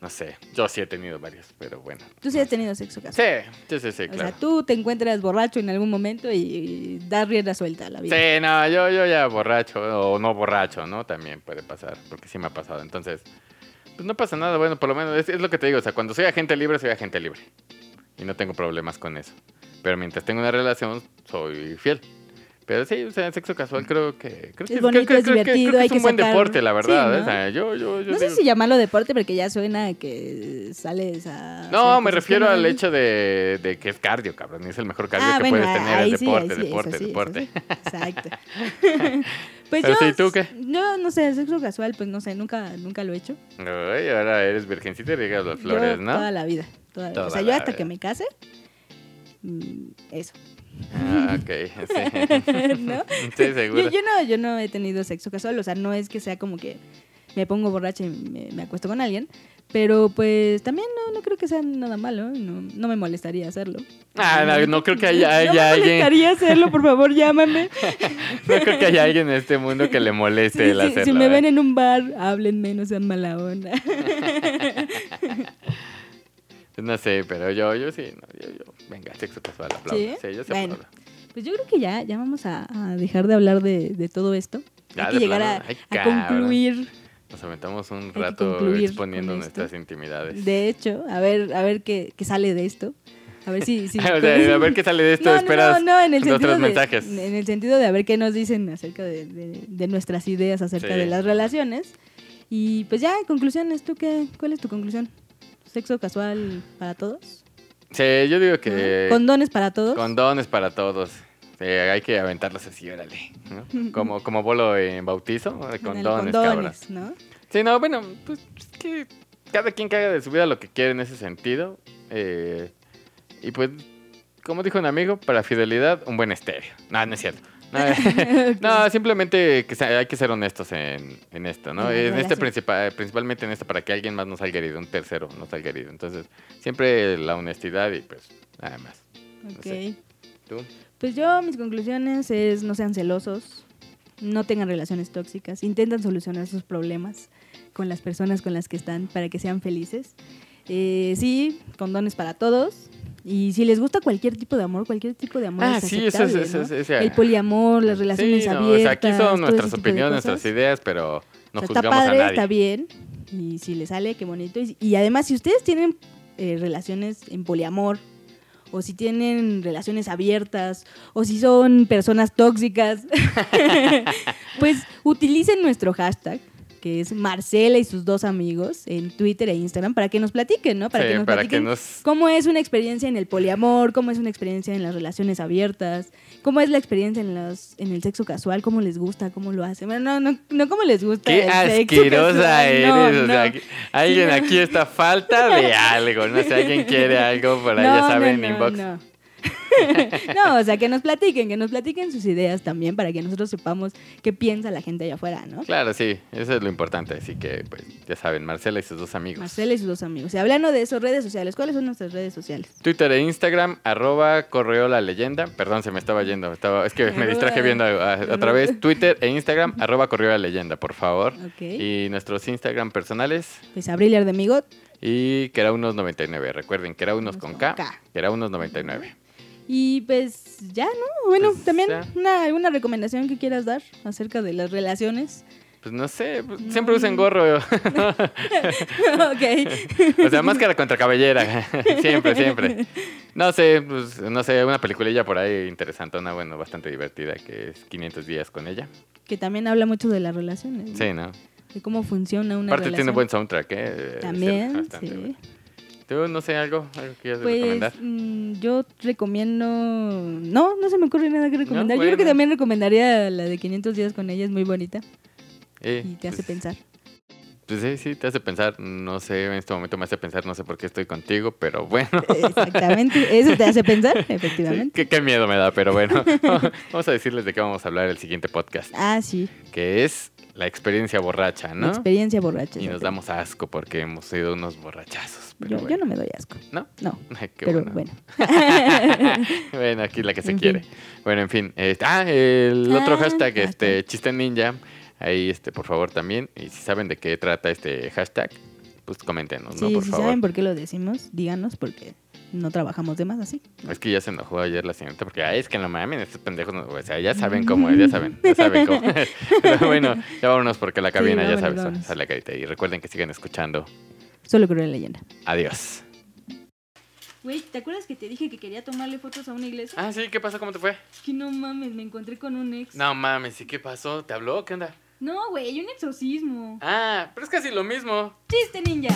[SPEAKER 1] No sé, yo sí he tenido varios, pero bueno.
[SPEAKER 2] Tú sí has tenido sexo
[SPEAKER 1] Sí,
[SPEAKER 2] casual.
[SPEAKER 1] sí, sí, sí,
[SPEAKER 2] O
[SPEAKER 1] claro.
[SPEAKER 2] sea, tú te encuentras borracho en algún momento y, y das rienda suelta a la vida.
[SPEAKER 1] Sí, no, yo, yo ya borracho o no borracho, ¿no? También puede pasar, porque sí me ha pasado. Entonces, pues no pasa nada, bueno, por lo menos es, es lo que te digo, o sea, cuando soy agente libre, soy agente libre. Y no tengo problemas con eso. Pero mientras tengo una relación, soy fiel. Pero sí, o sea, sexo casual creo que... Creo que
[SPEAKER 2] Es bonito,
[SPEAKER 1] creo-
[SPEAKER 2] es
[SPEAKER 1] creo que- creo
[SPEAKER 2] divertido,
[SPEAKER 1] que
[SPEAKER 2] hay
[SPEAKER 1] es un
[SPEAKER 2] que
[SPEAKER 1] buen
[SPEAKER 2] sacar-
[SPEAKER 1] deporte, la verdad.
[SPEAKER 2] Sí,
[SPEAKER 1] ¿eh?
[SPEAKER 2] ¿no?
[SPEAKER 1] O sea, yo, yo, yo
[SPEAKER 2] No sé
[SPEAKER 1] digo-
[SPEAKER 2] si llamarlo deporte porque ya suena que sales
[SPEAKER 1] No,
[SPEAKER 2] a... hacer
[SPEAKER 1] me
[SPEAKER 2] cosas que
[SPEAKER 1] refiero
[SPEAKER 2] no
[SPEAKER 1] al
[SPEAKER 2] debes.
[SPEAKER 1] hecho de, de que es cardio, cabrón. y Es el mejor cardio que puedes tener,
[SPEAKER 2] Ah, ahí
[SPEAKER 1] el
[SPEAKER 2] sí,
[SPEAKER 1] deporte,
[SPEAKER 2] ahí sí, eso
[SPEAKER 1] deporte,
[SPEAKER 2] sí, eso
[SPEAKER 1] deporte.
[SPEAKER 2] sí,
[SPEAKER 1] [laughs]
[SPEAKER 2] Exacto. pues
[SPEAKER 1] Pero
[SPEAKER 2] yo,
[SPEAKER 1] sí, ¿tú qué?
[SPEAKER 2] Yo no sé, sexo casual, pues no sé, nunca, nunca lo he hecho.
[SPEAKER 1] Ay, ahora eres virgencita y riegas las flores,
[SPEAKER 2] yo,
[SPEAKER 1] ¿no?
[SPEAKER 2] Toda la vida. toda la vida.
[SPEAKER 1] Toda
[SPEAKER 2] o sea,
[SPEAKER 1] la
[SPEAKER 2] yo hasta
[SPEAKER 1] vida.
[SPEAKER 2] que me case, mm, eso.
[SPEAKER 1] Ah, ok. Sí.
[SPEAKER 2] [laughs] ¿No?
[SPEAKER 1] Sí, seguro.
[SPEAKER 2] Yo, yo no, yo no he tenido sexo casual, o sea, no es que sea como que me pongo borracha y me, me acuesto con alguien, pero pues también no, no creo que sea nada malo, no, no me molestaría hacerlo.
[SPEAKER 1] Ah, no, no
[SPEAKER 2] [laughs]
[SPEAKER 1] creo que haya,
[SPEAKER 2] no
[SPEAKER 1] haya
[SPEAKER 2] me
[SPEAKER 1] alguien.
[SPEAKER 2] molestaría hacerlo, por favor, llámame.
[SPEAKER 1] No creo que haya alguien en este mundo que le moleste
[SPEAKER 2] Sí,
[SPEAKER 1] el
[SPEAKER 2] sí,
[SPEAKER 1] hacerlo.
[SPEAKER 2] si me
[SPEAKER 1] ¿eh?
[SPEAKER 2] ven en un bar, háblenme, no sean mala onda.
[SPEAKER 1] No sé, pero yo, yo sí, no, yo, yo. Venga, sexo casual, aplaudo. Sí,
[SPEAKER 2] ¿Sí?
[SPEAKER 1] yo sí
[SPEAKER 2] Bueno.
[SPEAKER 1] aplaudo.
[SPEAKER 2] [laughs] Pues yo creo que ya, ya vamos a, a dejar de hablar de, de todo esto.
[SPEAKER 1] Ya,
[SPEAKER 2] Hay
[SPEAKER 1] de
[SPEAKER 2] que llegar a,
[SPEAKER 1] plano. Ay,
[SPEAKER 2] a
[SPEAKER 1] cabrón.
[SPEAKER 2] concluir.
[SPEAKER 1] Nos aventamos un
[SPEAKER 2] que
[SPEAKER 1] rato
[SPEAKER 2] concluir
[SPEAKER 1] exponiendo
[SPEAKER 2] con
[SPEAKER 1] nuestras
[SPEAKER 2] esto.
[SPEAKER 1] intimidades.
[SPEAKER 2] De hecho, a ver, a ver qué, qué sale de esto. A ver si.
[SPEAKER 1] [laughs] [laughs]
[SPEAKER 2] si-
[SPEAKER 1] O sea,
[SPEAKER 2] [laughs]
[SPEAKER 1] a ver qué sale de esto,
[SPEAKER 2] No, no,
[SPEAKER 1] esperas
[SPEAKER 2] no, no, en el
[SPEAKER 1] los
[SPEAKER 2] sentido
[SPEAKER 1] otros
[SPEAKER 2] de,
[SPEAKER 1] mensajes.
[SPEAKER 2] En el sentido de a ver qué nos dicen acerca de, de- de nuestras ideas acerca
[SPEAKER 1] Sí.
[SPEAKER 2] de las relaciones. Y pues ya, conclusiones, ¿tú qué? ¿Cuál es tu conclusión? ¿Sexo casual para todos?
[SPEAKER 1] Sí, yo digo que
[SPEAKER 2] ¿Condones para todos?
[SPEAKER 1] condones para todos. Sí, hay que aventarlos así, órale.
[SPEAKER 2] [laughs]
[SPEAKER 1] ¿no? Como, como bolo en bautizo, condones,
[SPEAKER 2] Ándale,
[SPEAKER 1] condones. cabrón.
[SPEAKER 2] condones, ¿no?
[SPEAKER 1] Sí, no, bueno, pues es que cada quien caga de su vida lo que quiere en ese sentido. Eh, y pues, como dijo un amigo, para fidelidad, un buen estéreo. No, no es cierto.
[SPEAKER 2] [laughs]
[SPEAKER 1] No, eh, no, simplemente que se- hay que ser honestos en, en esto, ¿no?
[SPEAKER 2] En la
[SPEAKER 1] En este
[SPEAKER 2] relación.
[SPEAKER 1] principal, principalmente en esto, para que alguien más no salga herido, un tercero no salga herido. Entonces, siempre la honestidad y pues nada más.
[SPEAKER 2] Ok.
[SPEAKER 1] sé. ¿Tú?
[SPEAKER 2] Pues yo, mis conclusiones es no sean celosos, no tengan relaciones tóxicas, intentan solucionar sus problemas con las personas con las que están para que sean felices. Eh, sí, condones para todos. Y si les gusta cualquier tipo de amor, cualquier tipo de amor
[SPEAKER 1] Ah,
[SPEAKER 2] es
[SPEAKER 1] sí, eso es-
[SPEAKER 2] aceptable,
[SPEAKER 1] eso es-
[SPEAKER 2] ¿no?
[SPEAKER 1] ese-
[SPEAKER 2] El poliamor, las relaciones
[SPEAKER 1] Sí, no, o
[SPEAKER 2] abiertas.
[SPEAKER 1] sea, aquí
[SPEAKER 2] todo
[SPEAKER 1] son
[SPEAKER 2] ese
[SPEAKER 1] nuestras
[SPEAKER 2] tipo de
[SPEAKER 1] opiniones,
[SPEAKER 2] cosas.
[SPEAKER 1] nuestras ideas, pero no
[SPEAKER 2] O sea, está
[SPEAKER 1] juzgamos
[SPEAKER 2] padre,
[SPEAKER 1] a nadie.
[SPEAKER 2] está bien. Y si le sale, qué bonito. Y, y además, si ustedes tienen eh, relaciones en poliamor, o si tienen relaciones abiertas, o si son personas
[SPEAKER 1] [laughs]
[SPEAKER 2] tóxicas, [laughs] pues utilicen nuestro hashtag que es Marcela y sus dos amigos en Twitter e Instagram para que nos platiquen, ¿no? Para
[SPEAKER 1] Sí,
[SPEAKER 2] que nos
[SPEAKER 1] para que
[SPEAKER 2] platiquen
[SPEAKER 1] nos
[SPEAKER 2] cómo es una experiencia en el poliamor, cómo es una experiencia en las relaciones abiertas, cómo es la experiencia en los en el sexo casual, cómo les gusta, cómo lo hacen. Bueno, no, no, no cómo les gusta.
[SPEAKER 1] Qué
[SPEAKER 2] el sexo
[SPEAKER 1] asquerosa
[SPEAKER 2] casual,
[SPEAKER 1] eres.
[SPEAKER 2] no,
[SPEAKER 1] o sea,
[SPEAKER 2] no.
[SPEAKER 1] que- alguien
[SPEAKER 2] no.
[SPEAKER 1] aquí está falta de algo. No sé, alguien quiere algo por ahí,
[SPEAKER 2] No,
[SPEAKER 1] ya
[SPEAKER 2] no,
[SPEAKER 1] saben,
[SPEAKER 2] no,
[SPEAKER 1] inbox.
[SPEAKER 2] No. [laughs] No, o sea, que nos platiquen, que nos platiquen sus ideas también para que nosotros sepamos qué piensa la gente allá afuera, ¿no?
[SPEAKER 1] Claro, sí, eso es lo importante. Así que, pues, ya saben, Marcela y sus dos amigos.
[SPEAKER 2] Marcela y sus dos amigos. Y hablando de eso, redes sociales, ¿cuáles son nuestras redes sociales?
[SPEAKER 1] Twitter e Instagram, arroba correo la leyenda. Perdón, se me estaba yendo. Estaba, es que me
[SPEAKER 2] Arroba-
[SPEAKER 1] distraje viendo a- a- otra vez. Twitter e
[SPEAKER 2] [laughs]
[SPEAKER 1] Instagram, arroba correo la leyenda, por favor.
[SPEAKER 2] Ok.
[SPEAKER 1] Y nuestros Instagram personales.
[SPEAKER 2] Pues Abril Ardemigot.
[SPEAKER 1] Y que era unos 99. Recuerden, que era unos con K.
[SPEAKER 2] pues, K.
[SPEAKER 1] Que era unos 99.
[SPEAKER 2] Y pues ya, ¿no? Bueno,
[SPEAKER 1] Pues,
[SPEAKER 2] también
[SPEAKER 1] ya.
[SPEAKER 2] una, alguna recomendación que quieras dar acerca de las relaciones. [laughs]
[SPEAKER 1] Pues no sé, pues,
[SPEAKER 2] Mm.
[SPEAKER 1] siempre usen gorro.
[SPEAKER 2] ok.
[SPEAKER 1] O sea, máscara contra
[SPEAKER 2] [laughs]
[SPEAKER 1] cabellera. siempre, siempre. No sé, pues, no sé, una peliculilla por ahí interesantona, bueno, bastante divertida, que es 500 días con ella.
[SPEAKER 2] Que también habla mucho de las relaciones. ¿no?
[SPEAKER 1] Sí, ¿no?
[SPEAKER 2] De cómo funciona Mm. una
[SPEAKER 1] Aparte
[SPEAKER 2] relación.
[SPEAKER 1] tiene buen soundtrack, ¿eh?
[SPEAKER 2] También,
[SPEAKER 1] Bastante
[SPEAKER 2] sí.
[SPEAKER 1] bueno. ¿Tú, no sé, algo, algo que quieras recomendar?
[SPEAKER 2] Pues mm, yo recomiendo. No, no se me ocurre nada que recomendar. Yo creo que
[SPEAKER 1] bueno.
[SPEAKER 2] también recomendaría la de 500 días con ella, es muy bonita
[SPEAKER 1] Eh,
[SPEAKER 2] y te hace
[SPEAKER 1] pues, [laughs]
[SPEAKER 2] pensar.
[SPEAKER 1] Pues sí, sí, te hace pensar. No sé, en este momento me hace pensar, no sé por qué estoy contigo, pero bueno.
[SPEAKER 2] Exactamente, eso te hace pensar, efectivamente.
[SPEAKER 1] Qué, qué miedo me da, pero bueno. [laughs] Vamos a decirles de qué vamos a hablar el siguiente podcast,
[SPEAKER 2] Ah, sí,
[SPEAKER 1] que es la experiencia borracha,
[SPEAKER 2] la
[SPEAKER 1] ¿no?
[SPEAKER 2] experiencia borracha.
[SPEAKER 1] Y nos
[SPEAKER 2] exacto.
[SPEAKER 1] damos asco porque hemos sido unos borrachazos. Pero
[SPEAKER 2] Yo, yo no me doy asco.
[SPEAKER 1] ¿No?
[SPEAKER 2] No,
[SPEAKER 1] [laughs] Ay, qué
[SPEAKER 2] pero
[SPEAKER 1] bueno.
[SPEAKER 2] bueno.
[SPEAKER 1] Bueno, aquí la que se
[SPEAKER 2] En
[SPEAKER 1] quiere. Bueno, en fin. este, ah, el otro
[SPEAKER 2] Ah,
[SPEAKER 1] hashtag,
[SPEAKER 2] ah,
[SPEAKER 1] este, chiste ninja. Ahí, este, por favor, también. Y si saben de qué trata este hashtag, pues coméntenos, [laughs] ¿no?
[SPEAKER 2] sí,
[SPEAKER 1] Por
[SPEAKER 2] si
[SPEAKER 1] favor.
[SPEAKER 2] saben por qué lo decimos, díganos porque no trabajamos de más así.
[SPEAKER 1] Es que ya se enojó ayer la señorita porque, ay, es que no mames, estos pendejos, no- o sea, ya saben cómo es, ya saben, ya saben cómo
[SPEAKER 2] [laughs]
[SPEAKER 1] es. Pero bueno, ya vámonos porque la cabina, ya
[SPEAKER 2] vámonos,
[SPEAKER 1] sabes,
[SPEAKER 2] vámonos.
[SPEAKER 1] sale la carita. Y recuerden que sigan escuchando.
[SPEAKER 2] Solo creo en leyenda.
[SPEAKER 1] Adiós.
[SPEAKER 2] Güey, ¿te acuerdas que te dije que quería tomarle fotos a una iglesia?
[SPEAKER 1] Ah, sí, ¿qué pasó? ¿Cómo te fue?
[SPEAKER 2] Que no mames, me encontré con un ex.
[SPEAKER 1] No mames, ¿y qué pasó? ¿Te habló? ¿Qué onda?
[SPEAKER 2] No, güey, hay un exorcismo.
[SPEAKER 1] Ah, pero es casi lo mismo.
[SPEAKER 2] ¡Chiste, ninja!